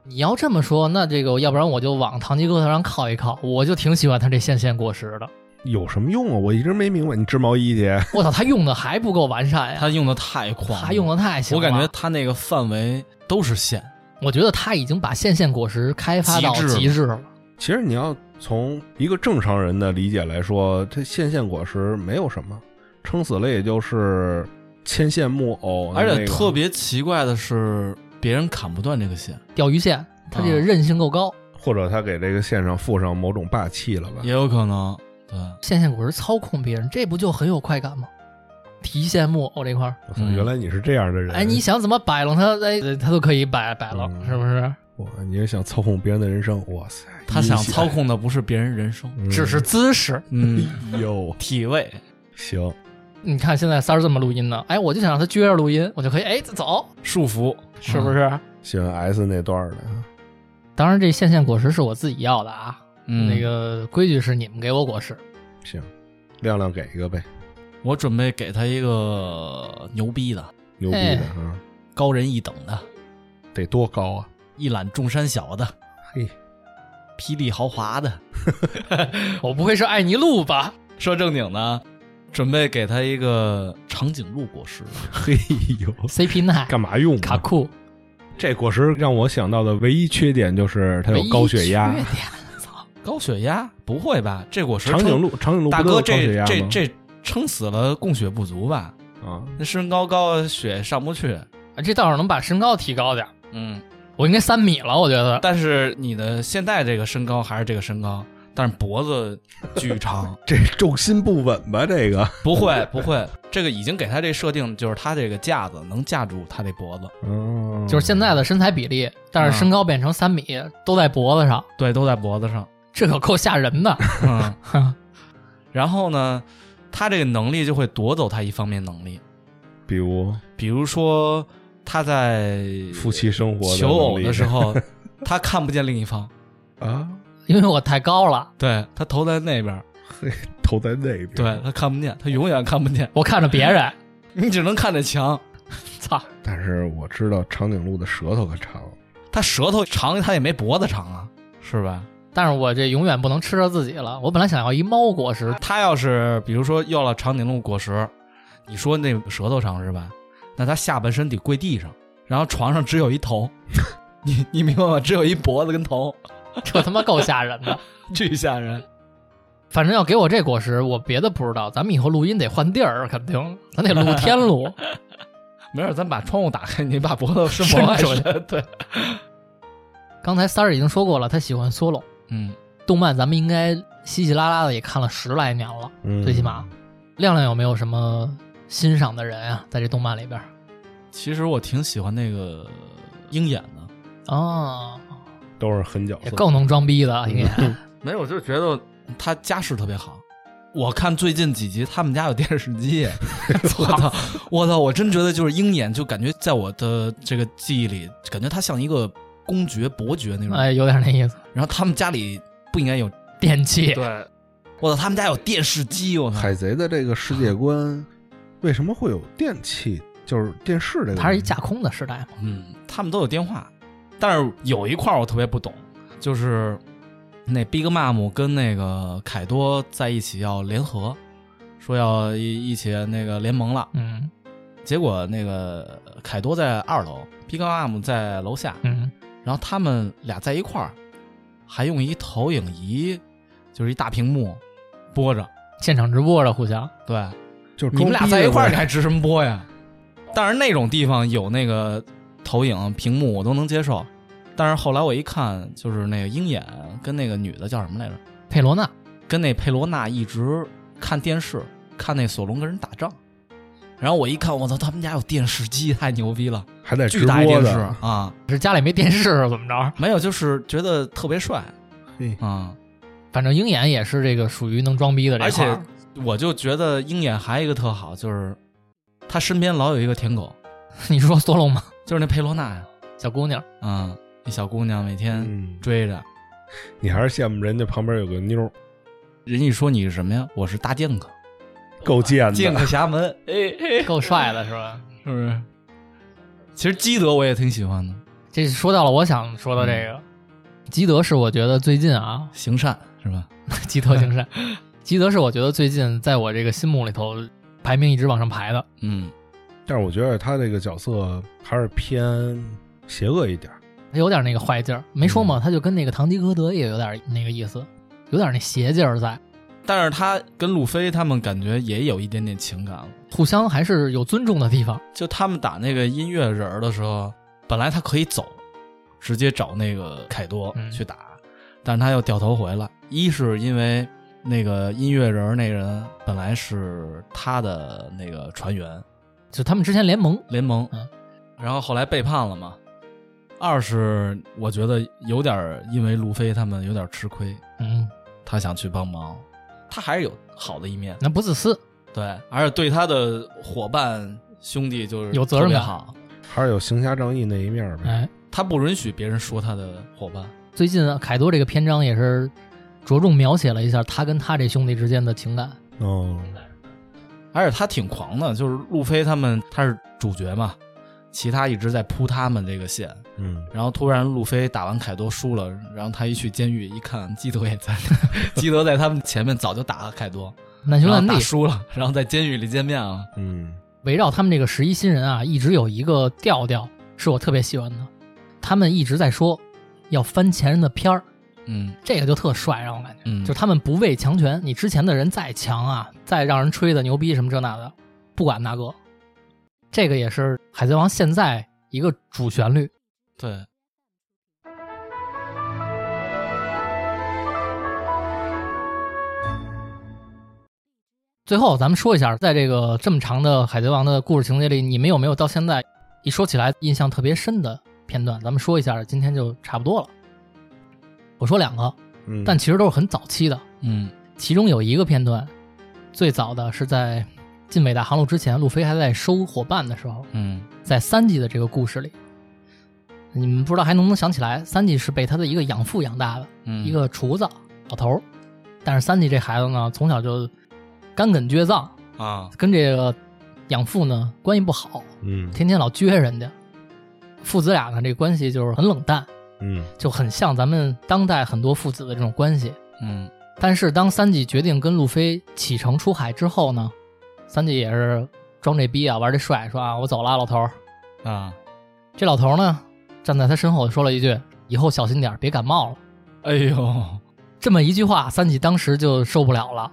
Speaker 1: 你要这么说，那这个要不然我就往堂吉诃德上靠一靠，我就挺喜欢他这线线果实的。
Speaker 3: 有什么用啊？我一直没明白，你织毛衣去，
Speaker 1: 我操，他用的还不够完善呀，
Speaker 2: 他用的太狂，
Speaker 1: 他用的太行
Speaker 2: 我
Speaker 1: 了。
Speaker 2: 感觉，他那个范围都是线，
Speaker 1: 我觉得他已经把线线果实开发到
Speaker 2: 极致了
Speaker 1: 极致了。
Speaker 3: 其实你要从一个正常人的理解来说，这线线果实没有什么，撑死了也就是牵线木偶，啊
Speaker 2: 而
Speaker 3: 那
Speaker 2: 且
Speaker 3: 个
Speaker 2: 特别奇怪的是，别人砍不断这个线，
Speaker 1: 钓鱼线，他
Speaker 2: 啊
Speaker 1: 这个韧性够高。
Speaker 3: 或者他给这个线上附上某种霸气了吧？
Speaker 2: 也有可能，对，
Speaker 1: 线线果实操控别人，这不就很有快感吗？提线木偶这块儿，
Speaker 3: 我
Speaker 2: 嗯
Speaker 3: 操原来你是这样的人，
Speaker 1: 哎，你想怎么摆弄他，哎，他都可以摆摆弄，
Speaker 3: 嗯
Speaker 1: 是不是？
Speaker 3: 哇，你是想操控别人的人生？哇塞，
Speaker 2: 他想操控的不是别人人生，
Speaker 3: 嗯
Speaker 1: 只是姿势。
Speaker 2: 嗯，
Speaker 3: 哟，
Speaker 2: 体位，
Speaker 3: 行，
Speaker 1: 你看现在三儿这么录音呢，哎，我就想让他撅着录音，我就可以哎走，
Speaker 2: 束缚，啊
Speaker 1: 是不是？
Speaker 3: 喜欢 S 那段儿的，啊
Speaker 1: 当然，这线线果实是我自己要的啊，
Speaker 2: 嗯，
Speaker 1: 那个规矩是你们给我果实。
Speaker 3: 行，亮亮给一个呗，
Speaker 2: 嗯我准备给他一个牛逼的、
Speaker 3: 牛逼的
Speaker 1: 哎
Speaker 3: 啊，
Speaker 2: 高人一等的、
Speaker 3: 得多高啊？
Speaker 2: 一览众山小的、
Speaker 3: 嘿，
Speaker 2: 霹雳豪华的。
Speaker 1: 我不会是爱尼路吧？
Speaker 2: 说正经的，准备给他一个长颈鹿果 实。
Speaker 3: 嘿呦，
Speaker 1: CP 奈
Speaker 3: 干嘛用啊？
Speaker 1: 卡库
Speaker 3: 这果实让我想到的唯一缺点就是它有高血压
Speaker 1: 唯一。缺点操
Speaker 2: 高血压不会吧？这果实
Speaker 3: 长颈
Speaker 2: 撑，
Speaker 3: 鹿，长颈鹿
Speaker 2: 大
Speaker 3: 不都
Speaker 2: 哥
Speaker 3: 有高血
Speaker 2: 这
Speaker 3: 压吗
Speaker 2: 这这撑死了供血不足吧？
Speaker 3: 啊，
Speaker 2: 那身高高血上不去。
Speaker 1: 啊这倒是能把身高提高点儿，
Speaker 2: 嗯，
Speaker 1: 我应该三米了，我觉得。
Speaker 2: 但是你的现在这个身高还是这个身高，但是脖子巨 长，
Speaker 3: 这重心不稳吧？这个，
Speaker 2: 不会不会，这个已经给他这设定就是他这个架子能架住他这脖子，
Speaker 3: 嗯，
Speaker 1: 就是现在的身材比例，但是身高变成三米，都在脖子上，
Speaker 2: 对，都在脖子上。
Speaker 1: 这可够吓人的。
Speaker 2: 嗯， 然后呢，他这个能力就会夺走他一方面能力，
Speaker 3: 比如
Speaker 2: 比如说他在
Speaker 3: 夫妻生活
Speaker 2: 求偶
Speaker 3: 的
Speaker 2: 的时 候，他看不见另一方，
Speaker 3: 啊，
Speaker 1: 因为我太高了，
Speaker 2: 对他头在那边，
Speaker 3: 头在那边，
Speaker 2: 对，他看不见，他永远看不见，
Speaker 1: 我看着别人，
Speaker 2: 你只能看着墙。
Speaker 1: 操，
Speaker 3: 但是我知道长颈鹿的舌头可长，
Speaker 2: 他舌头长，他也没脖子长啊，是吧？
Speaker 1: 但是我这永远不能吃着自己了。我本来想要一猫果实，
Speaker 2: 他要是比如说要了长颈鹿果实，你说那舌头长是吧？那他下半身得跪地上，然后床上只有一头， 你你明白吗？只有一脖子跟头，
Speaker 1: 这他妈够吓人的。
Speaker 2: 巨吓人。
Speaker 1: 反正要给我这果实，我别的不知道，咱们以后录音得换地儿，肯定咱得露天 录。
Speaker 2: 没事，咱把窗户打开，你把脖子伸
Speaker 1: 伸
Speaker 2: 往外
Speaker 1: 出
Speaker 2: 伸。对，
Speaker 1: 刚才三儿已经说过了，他喜欢 solo
Speaker 2: 嗯，
Speaker 1: 动漫，咱们应该稀稀拉拉的也看了十来年了，
Speaker 3: 嗯
Speaker 1: 最起码。亮亮有没有什么欣赏的人啊？在这动漫里边儿
Speaker 2: 其实我挺喜欢那个鹰眼的，嗯
Speaker 1: 哦，
Speaker 3: 都是狠角
Speaker 1: 也
Speaker 3: 色，
Speaker 1: 够能装逼的，应 该。
Speaker 2: 没有，我就觉得他家世特别好。我看最近几集，他们家有电视机，我操，我操，我真觉得就是鹰眼，就感觉在我的这个记忆里，感觉他像一个公爵、伯爵那种。
Speaker 1: 哎，有点那意思。
Speaker 2: 然后他们家里不应该有，
Speaker 1: 电器，
Speaker 2: 对，我操，他们家有电视机，我操，
Speaker 3: 海贼的这个世界观为什么会有电器？就是电视这个，
Speaker 1: 它是一架空的时代嘛。
Speaker 2: 嗯，他们都有电话，但是有一块儿我特别不懂，就是那 Big Mom 跟那个凯多在一起要联合，说要一一起那个联盟了。
Speaker 1: 嗯
Speaker 2: 结果那个凯多在二楼，Big Mom 在楼下，
Speaker 1: 嗯，
Speaker 2: 然后他们俩在一块儿，还用一投影仪，就是一大屏幕播着。
Speaker 1: 现场直播的互相。
Speaker 2: 对，
Speaker 3: 就是
Speaker 2: 你们俩在一块儿，你
Speaker 3: 儿，
Speaker 2: 还值什么播呀？但是那种地方有那个投影屏幕，我都能接受。但是后来我一看，就是那个鹰眼跟那个女的叫什么来着？
Speaker 1: 佩罗娜
Speaker 2: 跟那佩罗娜一直看电视，看那索隆跟人打仗。然后我一看，我操，他们家有电视机，太牛逼了，
Speaker 3: 还在
Speaker 2: 巨
Speaker 3: 哎直
Speaker 2: 大一
Speaker 3: 播
Speaker 2: 电视
Speaker 3: 的，
Speaker 2: 啊！
Speaker 1: 是家里没电视是怎么着？
Speaker 2: 没有，就是觉得特别帅
Speaker 3: 嘿
Speaker 2: 啊！
Speaker 1: 反正鹰眼也是这个属于能装逼的这
Speaker 2: 而
Speaker 1: 块
Speaker 2: 且
Speaker 1: 儿，
Speaker 2: 我就觉得鹰眼还有一个特好，就是他身边老有一个舔狗，
Speaker 1: 你说索隆吗？
Speaker 2: 就是那佩罗娜呀，
Speaker 1: 小姑 娘，
Speaker 2: 啊，一小姑娘每天
Speaker 3: 嗯，
Speaker 2: 追着。
Speaker 3: 你还是羡慕人家旁边有个妞儿，
Speaker 2: 人一说你是什么呀？我是大剑客，
Speaker 3: 够贱
Speaker 2: 剑
Speaker 3: 的。
Speaker 2: 客侠门，哎哎，
Speaker 1: 够帅的是吧？
Speaker 2: 是不是？其实基德我也挺喜欢的，
Speaker 1: 这说到了我想说的这个，基德是我觉得最近啊，
Speaker 2: 行善是吧？
Speaker 1: 基德 行善，基德是我觉得最近在我这个心目里头排名一直往上排的。
Speaker 2: 嗯，
Speaker 3: 但是我觉得他这个角色还是偏邪恶一点儿，
Speaker 1: 他有点那个坏劲儿，没说嘛，他就跟那个堂吉诃德也有点那个意思，有点那邪劲儿在，
Speaker 2: 但是他跟路飞他们感觉也有一点点情感了。
Speaker 1: 互相还是有尊重的地方。
Speaker 2: 就他们打那个音乐人儿的时候，本来他可以走，直接找那个凯多
Speaker 1: 嗯
Speaker 2: 去打，但是他又掉头回来。一是因为那个音乐人儿那人本来是他的那个船员
Speaker 1: 就他们之前联盟，
Speaker 2: 联盟
Speaker 1: 嗯，
Speaker 2: 然后后来背叛了嘛。二是我觉得有点儿因为路飞他们有点儿吃亏，
Speaker 1: 嗯，
Speaker 2: 他想去帮忙，他还是有好的一面，
Speaker 1: 那不自私，
Speaker 2: 对，而且对他的伙伴兄弟就是
Speaker 1: 有责任
Speaker 2: 特别
Speaker 1: 感
Speaker 2: 好，
Speaker 3: 还是有行侠仗义那一面儿呗。
Speaker 1: 哎，
Speaker 2: 他不允许别人说他的伙伴。
Speaker 1: 最近啊凯多这个篇章也是着重描写了一下他跟他这兄弟之间的情感，
Speaker 3: 嗯，
Speaker 2: 而且他挺狂的，就是路飞他们他是主角嘛，其他一直在铺他们这个线。
Speaker 3: 嗯，
Speaker 2: 然后突然路飞打完凯多输了，然后他一去监狱一看，基德也在， 基德在他们前面早就打了凯多，
Speaker 1: 难兄
Speaker 2: 然
Speaker 1: 难
Speaker 2: 后打
Speaker 1: 弟。
Speaker 2: 输了，然后在监狱里见面了。
Speaker 3: 嗯，
Speaker 1: 围绕他们这个十一新人啊，一直有一个调调是我特别喜欢的，他们一直在说要翻前人的片儿，
Speaker 2: 嗯
Speaker 1: 这个就特帅，让我感觉。
Speaker 2: 嗯，
Speaker 1: 就是他们不畏强权，你之前的人再强啊，再让人吹的牛逼什么这那的，不管那个。这个也是《海贼王》现在一个主旋律。
Speaker 2: 对。
Speaker 1: 最后，咱们说一下，在这个这么长的《海贼王》的故事情节里，你们有没有到现在一说起来印象特别深的片段？咱们说一下，今天就差不多了。我说两个，
Speaker 3: 嗯
Speaker 1: 但其实都是很早期的，
Speaker 2: 嗯
Speaker 1: 其中有一个片段，最早的是在进伟大航路之前，路飞还在收伙伴的时候，
Speaker 2: 嗯
Speaker 1: 在三季的这个故事里，你们不知道还能不能想起来，三季是被他的一个养父养大的，
Speaker 2: 嗯，
Speaker 1: 一个厨子老头儿。但是三季这孩子呢，从小就干梗倔脏，
Speaker 2: 啊，
Speaker 1: 跟这个养父呢关系不好，
Speaker 3: 嗯
Speaker 1: 天天老撅人家。父子俩呢，这关系就是很冷淡，
Speaker 3: 嗯
Speaker 1: 就很像咱们当代很多父子的这种关系。
Speaker 2: 嗯
Speaker 1: 但是当三季决定跟路飞启程出海之后呢，三季也是装这逼啊，玩这帅，说啊我走了啊，老头儿。
Speaker 2: 啊，
Speaker 1: 这老头呢，站在他身后说了一句：“以后小心点儿，别感冒了。
Speaker 2: 哎呦，”
Speaker 1: 这么一句话，三喜当时就受不了了，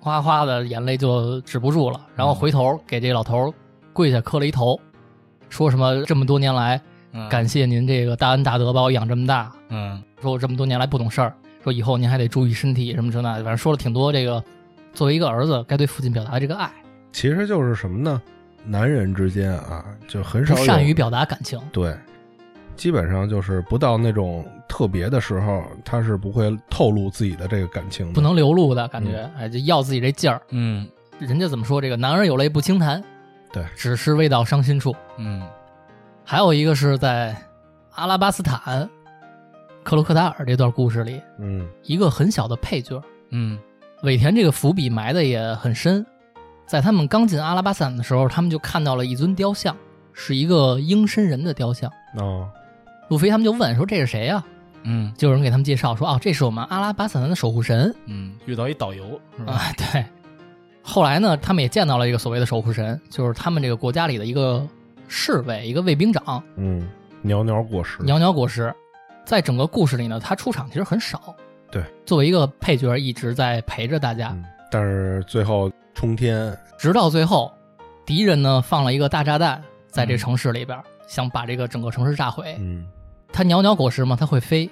Speaker 1: 哗哗的眼泪就止不住了，然后回头给这老头跪下磕了一头，说什么这么多年来
Speaker 2: 嗯
Speaker 1: 感谢您这个大恩大德把我养这么大，
Speaker 2: 嗯
Speaker 1: 说我这么多年来不懂事儿，说以后您还得注意身体什么这那的，反正说了挺多这个作为一个儿子该对父亲表达的这个爱，
Speaker 3: 其实就是什么呢？男人之间啊，就很
Speaker 1: 不
Speaker 3: 少
Speaker 1: 善
Speaker 3: 有
Speaker 1: 于表达感情。
Speaker 3: 对，基本上就是不到那种特别的时候，他是不会透露自己的这个感情的。
Speaker 1: 不能流露的感觉，哎，就要自己这劲儿。
Speaker 2: 嗯
Speaker 1: 人家怎么说这个“男儿有泪不轻弹”，
Speaker 3: 对
Speaker 1: 只是未到伤心处。
Speaker 2: 嗯
Speaker 1: 还有一个是在阿拉巴斯坦克罗克达尔这段故事里，
Speaker 3: 嗯
Speaker 1: 一个很小的配角，
Speaker 2: 嗯
Speaker 1: 尾田这个伏笔埋的也很深。在他们刚进阿拉巴斯坦的时候，他们就看到了一尊雕像，是一个鹰身人的雕像。
Speaker 3: 哦，
Speaker 1: 路飞他们就问说：“这是谁呀、
Speaker 2: 嗯
Speaker 1: 就有人给他们介绍说：“哦，这是我们阿拉巴斯坦的守护神。
Speaker 2: 嗯，遇到一导游是吧？
Speaker 1: 啊，对。后来呢，他们也见到了一个所谓的守护神，就是他们这个国家里的一个侍卫，一个卫兵长
Speaker 3: 嗯，袅袅果实，
Speaker 1: 袅袅果实。在整个故事里呢，他出场其实很少，
Speaker 3: 对，
Speaker 1: 作为一个配角一直在陪着大家，
Speaker 3: 嗯，但是最后冲天，
Speaker 1: 直到最后，敌人呢放了一个大炸弹在这
Speaker 2: 嗯
Speaker 1: 城市里边，想把这个整个城市炸毁。
Speaker 3: 嗯
Speaker 1: 它袅袅果实嘛，它会飞，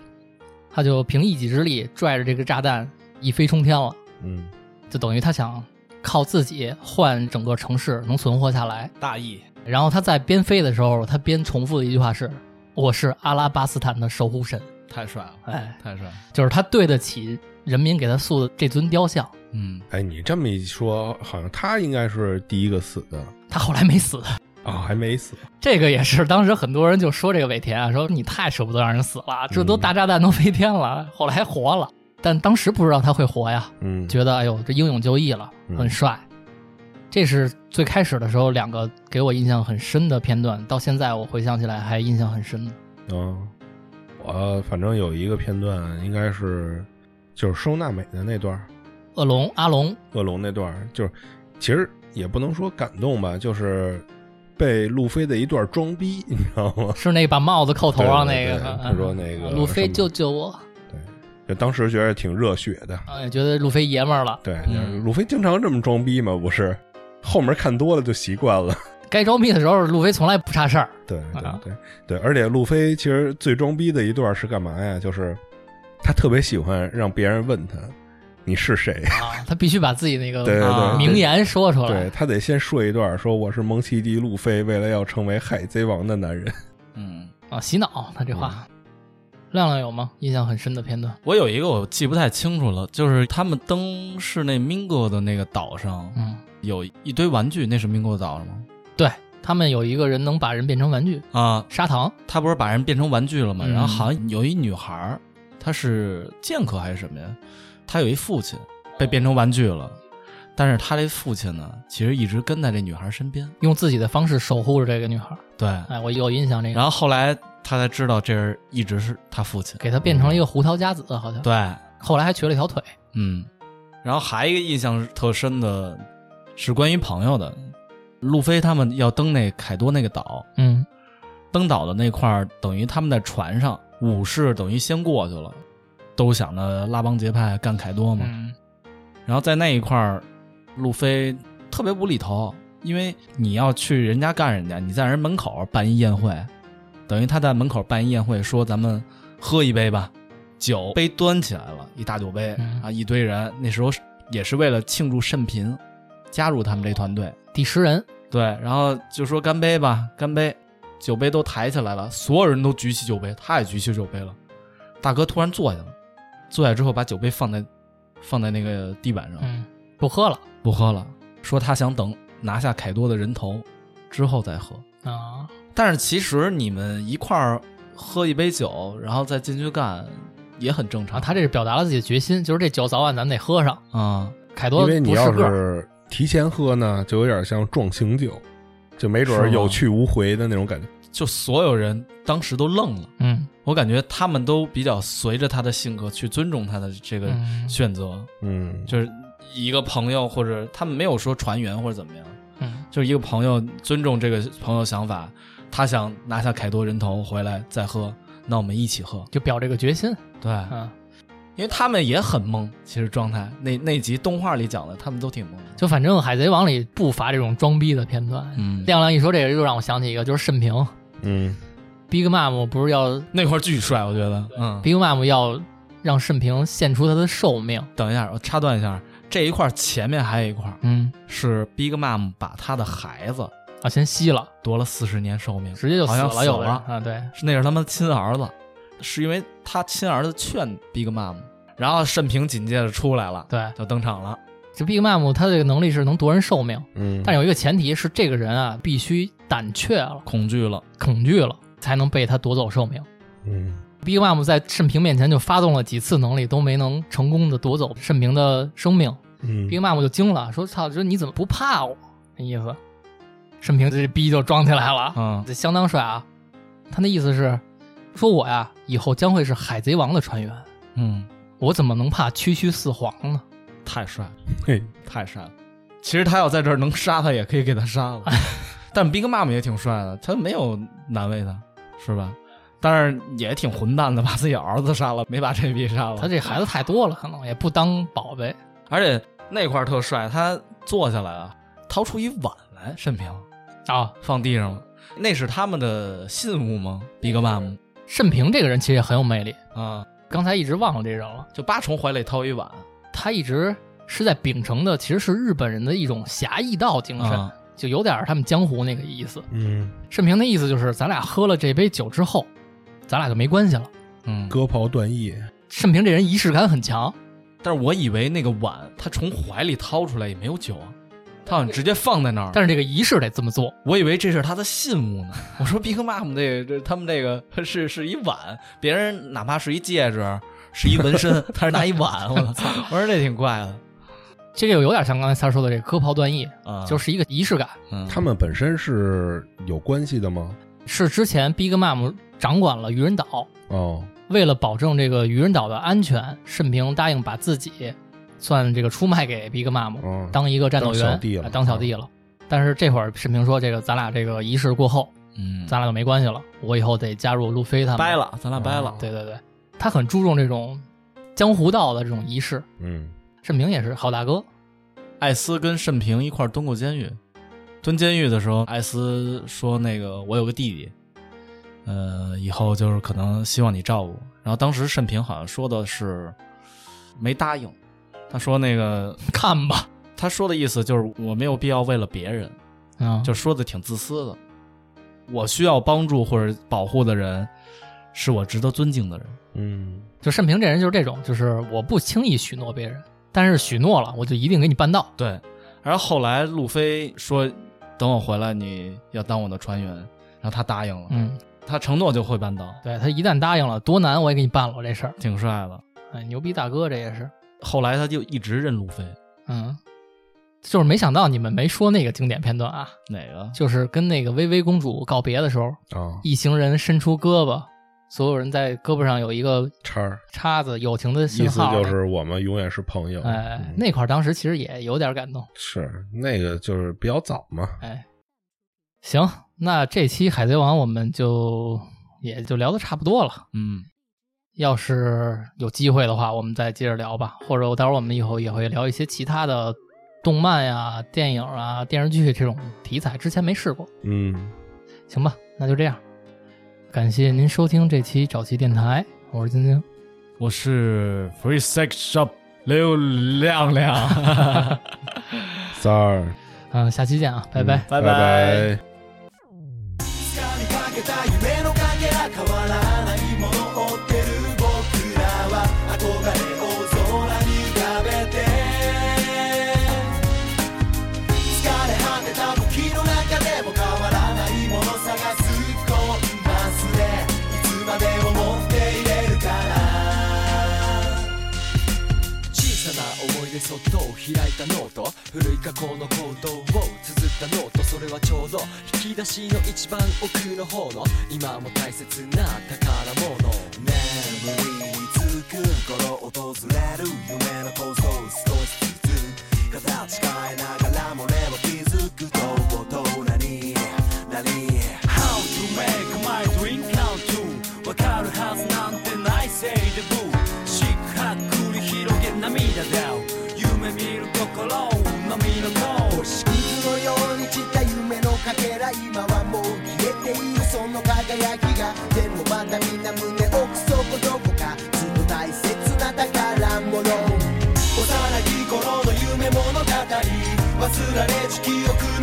Speaker 1: 它就凭一己之力拽着这个炸弹一飞冲天了，
Speaker 3: 嗯，
Speaker 1: 就等于他想靠自己换整个城市能存活下来。
Speaker 2: 大意
Speaker 1: 然后他在边飞的时候，他边重复的一句话是：“我是阿拉巴斯坦的守护神。
Speaker 2: 太帅了”，
Speaker 1: 哎，
Speaker 2: 太帅了，
Speaker 1: 就是他对得起人民给他塑的这尊雕像。
Speaker 2: 嗯，
Speaker 3: 哎，你这么一说，好像他应该是第一个死的
Speaker 1: 他后来没死，
Speaker 3: 啊，还没死。
Speaker 1: 这个也是当时很多人就说这个尾田啊，说你太舍不得让人死了，这都
Speaker 3: 嗯
Speaker 1: 大炸弹都飞天了，后来还活了。但当时不知道他会活呀，
Speaker 3: 嗯，
Speaker 1: 觉得哎呦这英勇就义了，
Speaker 3: 嗯
Speaker 1: 很帅。这是最开始的时候两个给我印象很深的片段，到现在我回想起来还印象很深的。
Speaker 3: 啊，我反正有一个片段，应该是就是收纳美的那段儿，
Speaker 1: 恶龙阿龙，
Speaker 3: 恶龙那段儿，就是其实也不能说感动吧，就是被路飞的一段装逼，你知道吗？
Speaker 1: 是那把帽子扣头上
Speaker 3: 对
Speaker 1: 那
Speaker 3: 对
Speaker 1: 个，
Speaker 3: 对
Speaker 1: 嗯
Speaker 3: 他说那个
Speaker 1: 路飞
Speaker 3: 什么
Speaker 1: 救救我，
Speaker 3: 就当时觉得挺热血的。
Speaker 1: 啊，也觉得路飞爷们儿了，
Speaker 3: 对，
Speaker 1: 嗯
Speaker 3: 路飞经常这么装逼嘛，不是？后面看多了就习惯了。
Speaker 1: 该装逼的时候路飞从来不差事儿，
Speaker 3: 对对
Speaker 1: 啊
Speaker 3: 对对，而且路飞其实最装逼的一段是干嘛呀？就是他特别喜欢让别人问他你是谁，
Speaker 1: 啊，他必须把自己那
Speaker 3: 对
Speaker 1: 个
Speaker 3: 对
Speaker 2: 啊
Speaker 3: 对，
Speaker 1: 名言说出
Speaker 3: 对
Speaker 1: 来，
Speaker 3: 他得先说一段，说我是蒙奇 D 路飞，为了要成为海贼王的男人。
Speaker 2: 嗯，
Speaker 1: 啊，洗脑他这话。
Speaker 3: 嗯
Speaker 1: 亮亮有吗？印象很深的片段，
Speaker 2: 我有一个我记不太清楚了，就是他们登是那 Mingo 的那个岛上
Speaker 1: 嗯，
Speaker 2: 有一堆玩具，那是 Mingo 岛上吗？
Speaker 1: 对他们有一个人能把人变成玩具，
Speaker 2: 啊，
Speaker 1: 砂糖，
Speaker 2: 他不是把人变成玩具了吗？
Speaker 1: 嗯
Speaker 2: 然后好像有一女孩儿，她是剑客还是什么呀？她有一父亲被变成玩具了，但是她这父亲呢，其实一直跟在这女孩儿身边。
Speaker 1: 用自己的方式守护着这个女孩。
Speaker 2: 对，
Speaker 1: 哎，我有印象这个，
Speaker 2: 然后后来她才知道这人一直是她父亲。
Speaker 1: 给他变成了一个胡桃夹子，好像，
Speaker 2: 对，
Speaker 1: 后来还瘸了一条腿。
Speaker 2: 嗯，然后还有一个印象特深的是关于朋友的，路飞他们要登那凯多那个岛，
Speaker 1: 嗯，
Speaker 2: 登岛的那块儿，等于他们在船上，武士等于先过去了，都想着拉帮结派干凯多嘛。
Speaker 1: 嗯，
Speaker 2: 然后在那一块儿，路飞特别无厘头，因为你要去人家干人家，你在人门口办一宴会，等于他在门口办一宴会，说咱们喝一杯吧，酒杯端起来了，一大酒杯、
Speaker 1: 嗯
Speaker 2: 啊，一堆人，那时候是也是为了庆祝甚贫，加入他们这团队，
Speaker 1: 第十人，
Speaker 2: 对，然后就说干杯吧，干杯，酒杯都抬起来了，所有人都举起酒杯，他也举起酒杯了，大哥突然坐下了，坐下之后把酒杯放在放在那个地板上。
Speaker 1: 嗯，不喝了
Speaker 2: 不喝了，说他想等拿下凯多的人头之后再喝。
Speaker 1: 啊，
Speaker 2: 但是其实你们一块儿喝一杯酒，然后再进去干，也很正
Speaker 1: 然后
Speaker 2: 常。
Speaker 1: 啊他这是表达了自己的决心，就是这酒早晚咱们得喝上。
Speaker 2: 啊、
Speaker 1: 凯
Speaker 3: 因
Speaker 1: 多
Speaker 3: 为你
Speaker 1: 不
Speaker 3: 要
Speaker 1: 个儿，
Speaker 3: 是提前喝呢，就有点像壮行酒，就没准
Speaker 2: 是
Speaker 3: 儿
Speaker 2: 吗
Speaker 3: 有去无回的那种感觉。
Speaker 2: 就所有人当时都愣了。
Speaker 1: 嗯，
Speaker 2: 我感觉他们都比较随着他的性格去尊重他的这个
Speaker 1: 嗯
Speaker 2: 选择，
Speaker 3: 嗯，
Speaker 2: 就是一个朋友或者他们没有说船员或者怎么样，
Speaker 1: 嗯，
Speaker 2: 就是一个朋友尊重这个朋友想法，他想拿下凯多人头回来再喝，那我们一起喝。
Speaker 1: 就表这个决心，
Speaker 2: 对，
Speaker 1: 啊，
Speaker 2: 因为他们也很懵，其实状态那那集动画里讲的，他们都挺懵的。
Speaker 1: 就反正《海贼王》里不乏这种装逼的片段。
Speaker 2: 嗯，
Speaker 1: 亮亮一说这个，又让我想起一个，就是慎平
Speaker 3: 嗯，
Speaker 1: ，Big Mom 不是要
Speaker 2: 那块儿巨帅，我觉得。嗯，
Speaker 1: Big Mom 要让慎平献出他的寿命，
Speaker 2: 等一下，我插断一下，这一块儿前面还有一块儿
Speaker 1: 嗯，
Speaker 2: 是 Big Mom 把他的孩子
Speaker 1: 啊，先吸了，
Speaker 2: 夺了四十年寿命，
Speaker 1: 直接就
Speaker 2: 好
Speaker 1: 死
Speaker 2: 像
Speaker 1: 了，有的人
Speaker 2: 了，
Speaker 1: 啊，对，
Speaker 2: 是那是他们亲儿子，是因为他亲儿子劝 Big Mom，然后慎平紧接着出来了，
Speaker 1: 对，
Speaker 2: 就登场了。
Speaker 1: 这 Big Mom 他这个能力是能夺人寿命，
Speaker 3: 嗯，
Speaker 1: 但有一个前提是这个人啊必须胆怯了、
Speaker 2: 恐惧了，
Speaker 1: 恐惧了，才能被他夺走寿命。
Speaker 3: 嗯
Speaker 1: Big Mom 在慎平面前就发动了几次能力，都没能成功的夺走慎平的生命。
Speaker 3: 嗯，
Speaker 1: Big Mom 就惊了，说：“操，说你怎么不怕我？”那意思，慎平这逼就装起来了，
Speaker 2: 嗯，
Speaker 1: 这相当帅啊！他那意思是，说我呀以后将会是海贼王的船员，
Speaker 2: 嗯，
Speaker 1: 我怎么能怕区区四皇呢？
Speaker 2: 太帅了，
Speaker 3: 嘿，
Speaker 2: 太帅了。其实他要在这儿能杀他，也可以给他杀了。但 Big Mom 也挺帅的，他没有难为他，是吧？但是也挺混蛋的，把自己儿子杀了，没把这逼
Speaker 3: 哦
Speaker 2: 杀了。
Speaker 1: 他这孩子太多了，可能也不当宝贝。
Speaker 2: 而且那块儿特帅，他坐下来啊，掏出一碗来，慎平
Speaker 1: 啊，
Speaker 2: 放地上了。那是他们的信物吗？Big Mom
Speaker 1: 慎平这个人其实也很有魅力，
Speaker 2: 啊，
Speaker 1: 刚才一直忘了这人了。
Speaker 2: 就八重怀里掏一碗，
Speaker 1: 他一直是在秉承的其实是日本人的一种侠义道精神，
Speaker 2: 啊
Speaker 1: 就有点儿他们江湖那个意思。
Speaker 3: 嗯，
Speaker 1: 慎平的意思就是，咱俩喝了这杯酒之后，咱俩就没关系了。
Speaker 2: 嗯，
Speaker 3: 割袍断义，
Speaker 1: 慎平这人仪式感很强，
Speaker 2: 但是我以为那个碗他从怀里掏出来也没有酒啊，他好像直接放在那儿。
Speaker 1: 但是这个仪式得这么做。
Speaker 2: 我以为这是他的信物呢。我说 Big Mom 这这他们这个是是一碗，别人哪怕是一戒指，是一纹身，他是拿一碗。我操！我说这挺怪的
Speaker 1: 这个有点像刚才三说的这个割袍断义，
Speaker 2: 啊，
Speaker 1: 就是一个仪式感。
Speaker 2: 嗯
Speaker 3: 他们本身是有关系的吗？
Speaker 1: 是之前 Big Mom 掌管了愚人岛，
Speaker 3: 哦，
Speaker 1: 为了保证这个愚人岛的安全，慎平答应把自己算这个出卖给 Big Mom，
Speaker 3: 哦，
Speaker 1: 当一个战斗员，
Speaker 3: 当小弟了
Speaker 1: 啊当小弟了。但是这会儿沈平说：“这个咱俩这个仪式过后，
Speaker 2: 嗯，
Speaker 1: 咱俩就没关系了。我以后得加入路飞他们。”
Speaker 2: 掰。了，咱俩掰了。
Speaker 1: 对对对，他很注重这种江湖道的这种仪式。
Speaker 3: 嗯，
Speaker 1: 沈平也是好大哥，
Speaker 2: 艾斯跟慎平一块儿蹲过监狱。蹲监狱的时候，艾斯说：“那个我有个弟弟，呃，以后就是可能希望你照顾。”然后当时慎平好像说的是没答应，他说那个
Speaker 1: 看吧，
Speaker 2: 他说的意思就是我没有必要为了别人，
Speaker 1: 嗯，
Speaker 2: 就说的挺自私的。我需要帮助或者保护的人，是我值得尊敬的人。
Speaker 3: 嗯，
Speaker 1: 就沈平这人就是这种，就是我不轻易许诺别人，但是许诺了，我就一定给你办到。
Speaker 2: 对，然后后来路飞说：“等我回来，你要当我的船员。”然后他答应了。
Speaker 1: 嗯，
Speaker 2: 他承诺就会办到，
Speaker 1: 对他一旦答应了，多难我也给你办了这事儿。
Speaker 2: 挺帅的。
Speaker 1: 哎，牛逼大哥，这也是，
Speaker 2: 后来他就一直认路飞，
Speaker 1: 嗯，就是没想到你们没说那个经典片段啊，
Speaker 2: 哪个？
Speaker 1: 就是跟那个薇薇公主告别的时候，
Speaker 3: 啊，
Speaker 1: 一行人伸出胳膊，所有人在胳膊上有一个
Speaker 3: 叉儿，
Speaker 1: 叉子，友情的
Speaker 3: 意
Speaker 1: 信
Speaker 3: 思
Speaker 1: 号。啊
Speaker 3: 就是我们永远是朋友。
Speaker 1: 哎
Speaker 3: 嗯，
Speaker 1: 那块儿当时其实也有点感动。
Speaker 3: 是那个就是比较早嘛。
Speaker 1: 哎，行，那这期《海贼王》我们就也就聊的差不多了。
Speaker 2: 嗯，
Speaker 1: 要是有机会的话，我们再接着聊吧。或者我待会儿我们以后也会聊一些其他的动漫呀、电影啊、电视剧这种题材，之前没试过。
Speaker 3: 嗯，
Speaker 1: 行吧，那就这样。感谢您收听这期找齐电台，我是晶晶。
Speaker 2: 我是 Free Sex Shop 刘亮亮，
Speaker 3: 三儿，
Speaker 1: 嗯、下期见啊，拜拜。
Speaker 3: 嗯
Speaker 2: 拜
Speaker 3: 拜
Speaker 2: 拜
Speaker 4: 掴みかけた夢のかけら変わらないものを追ってる僕らは憧れを空に浮かべて疲れ果てた時の中でも変わらないもの探すコンパスでいつまでも持っていれるから小さな思い出そっと開いたノート古い過去の行動を綴ったノートそれはちょうど引き出しの一番奥の方の今も大切な宝物眠りにつく頃訪れる夢の構想少しずつ形変えながらも俺は気づくと大人になり How to make my dream come true わかるはずなんてないせいでブー四角繰り広げ涙だよ夢見るところ波の通し
Speaker 5: 水のように散った夢のかけら今はもう消えているその輝きがでもまたみんな胸奥底どこかその大切な宝物
Speaker 4: 幼き頃の夢物語忘られち記憶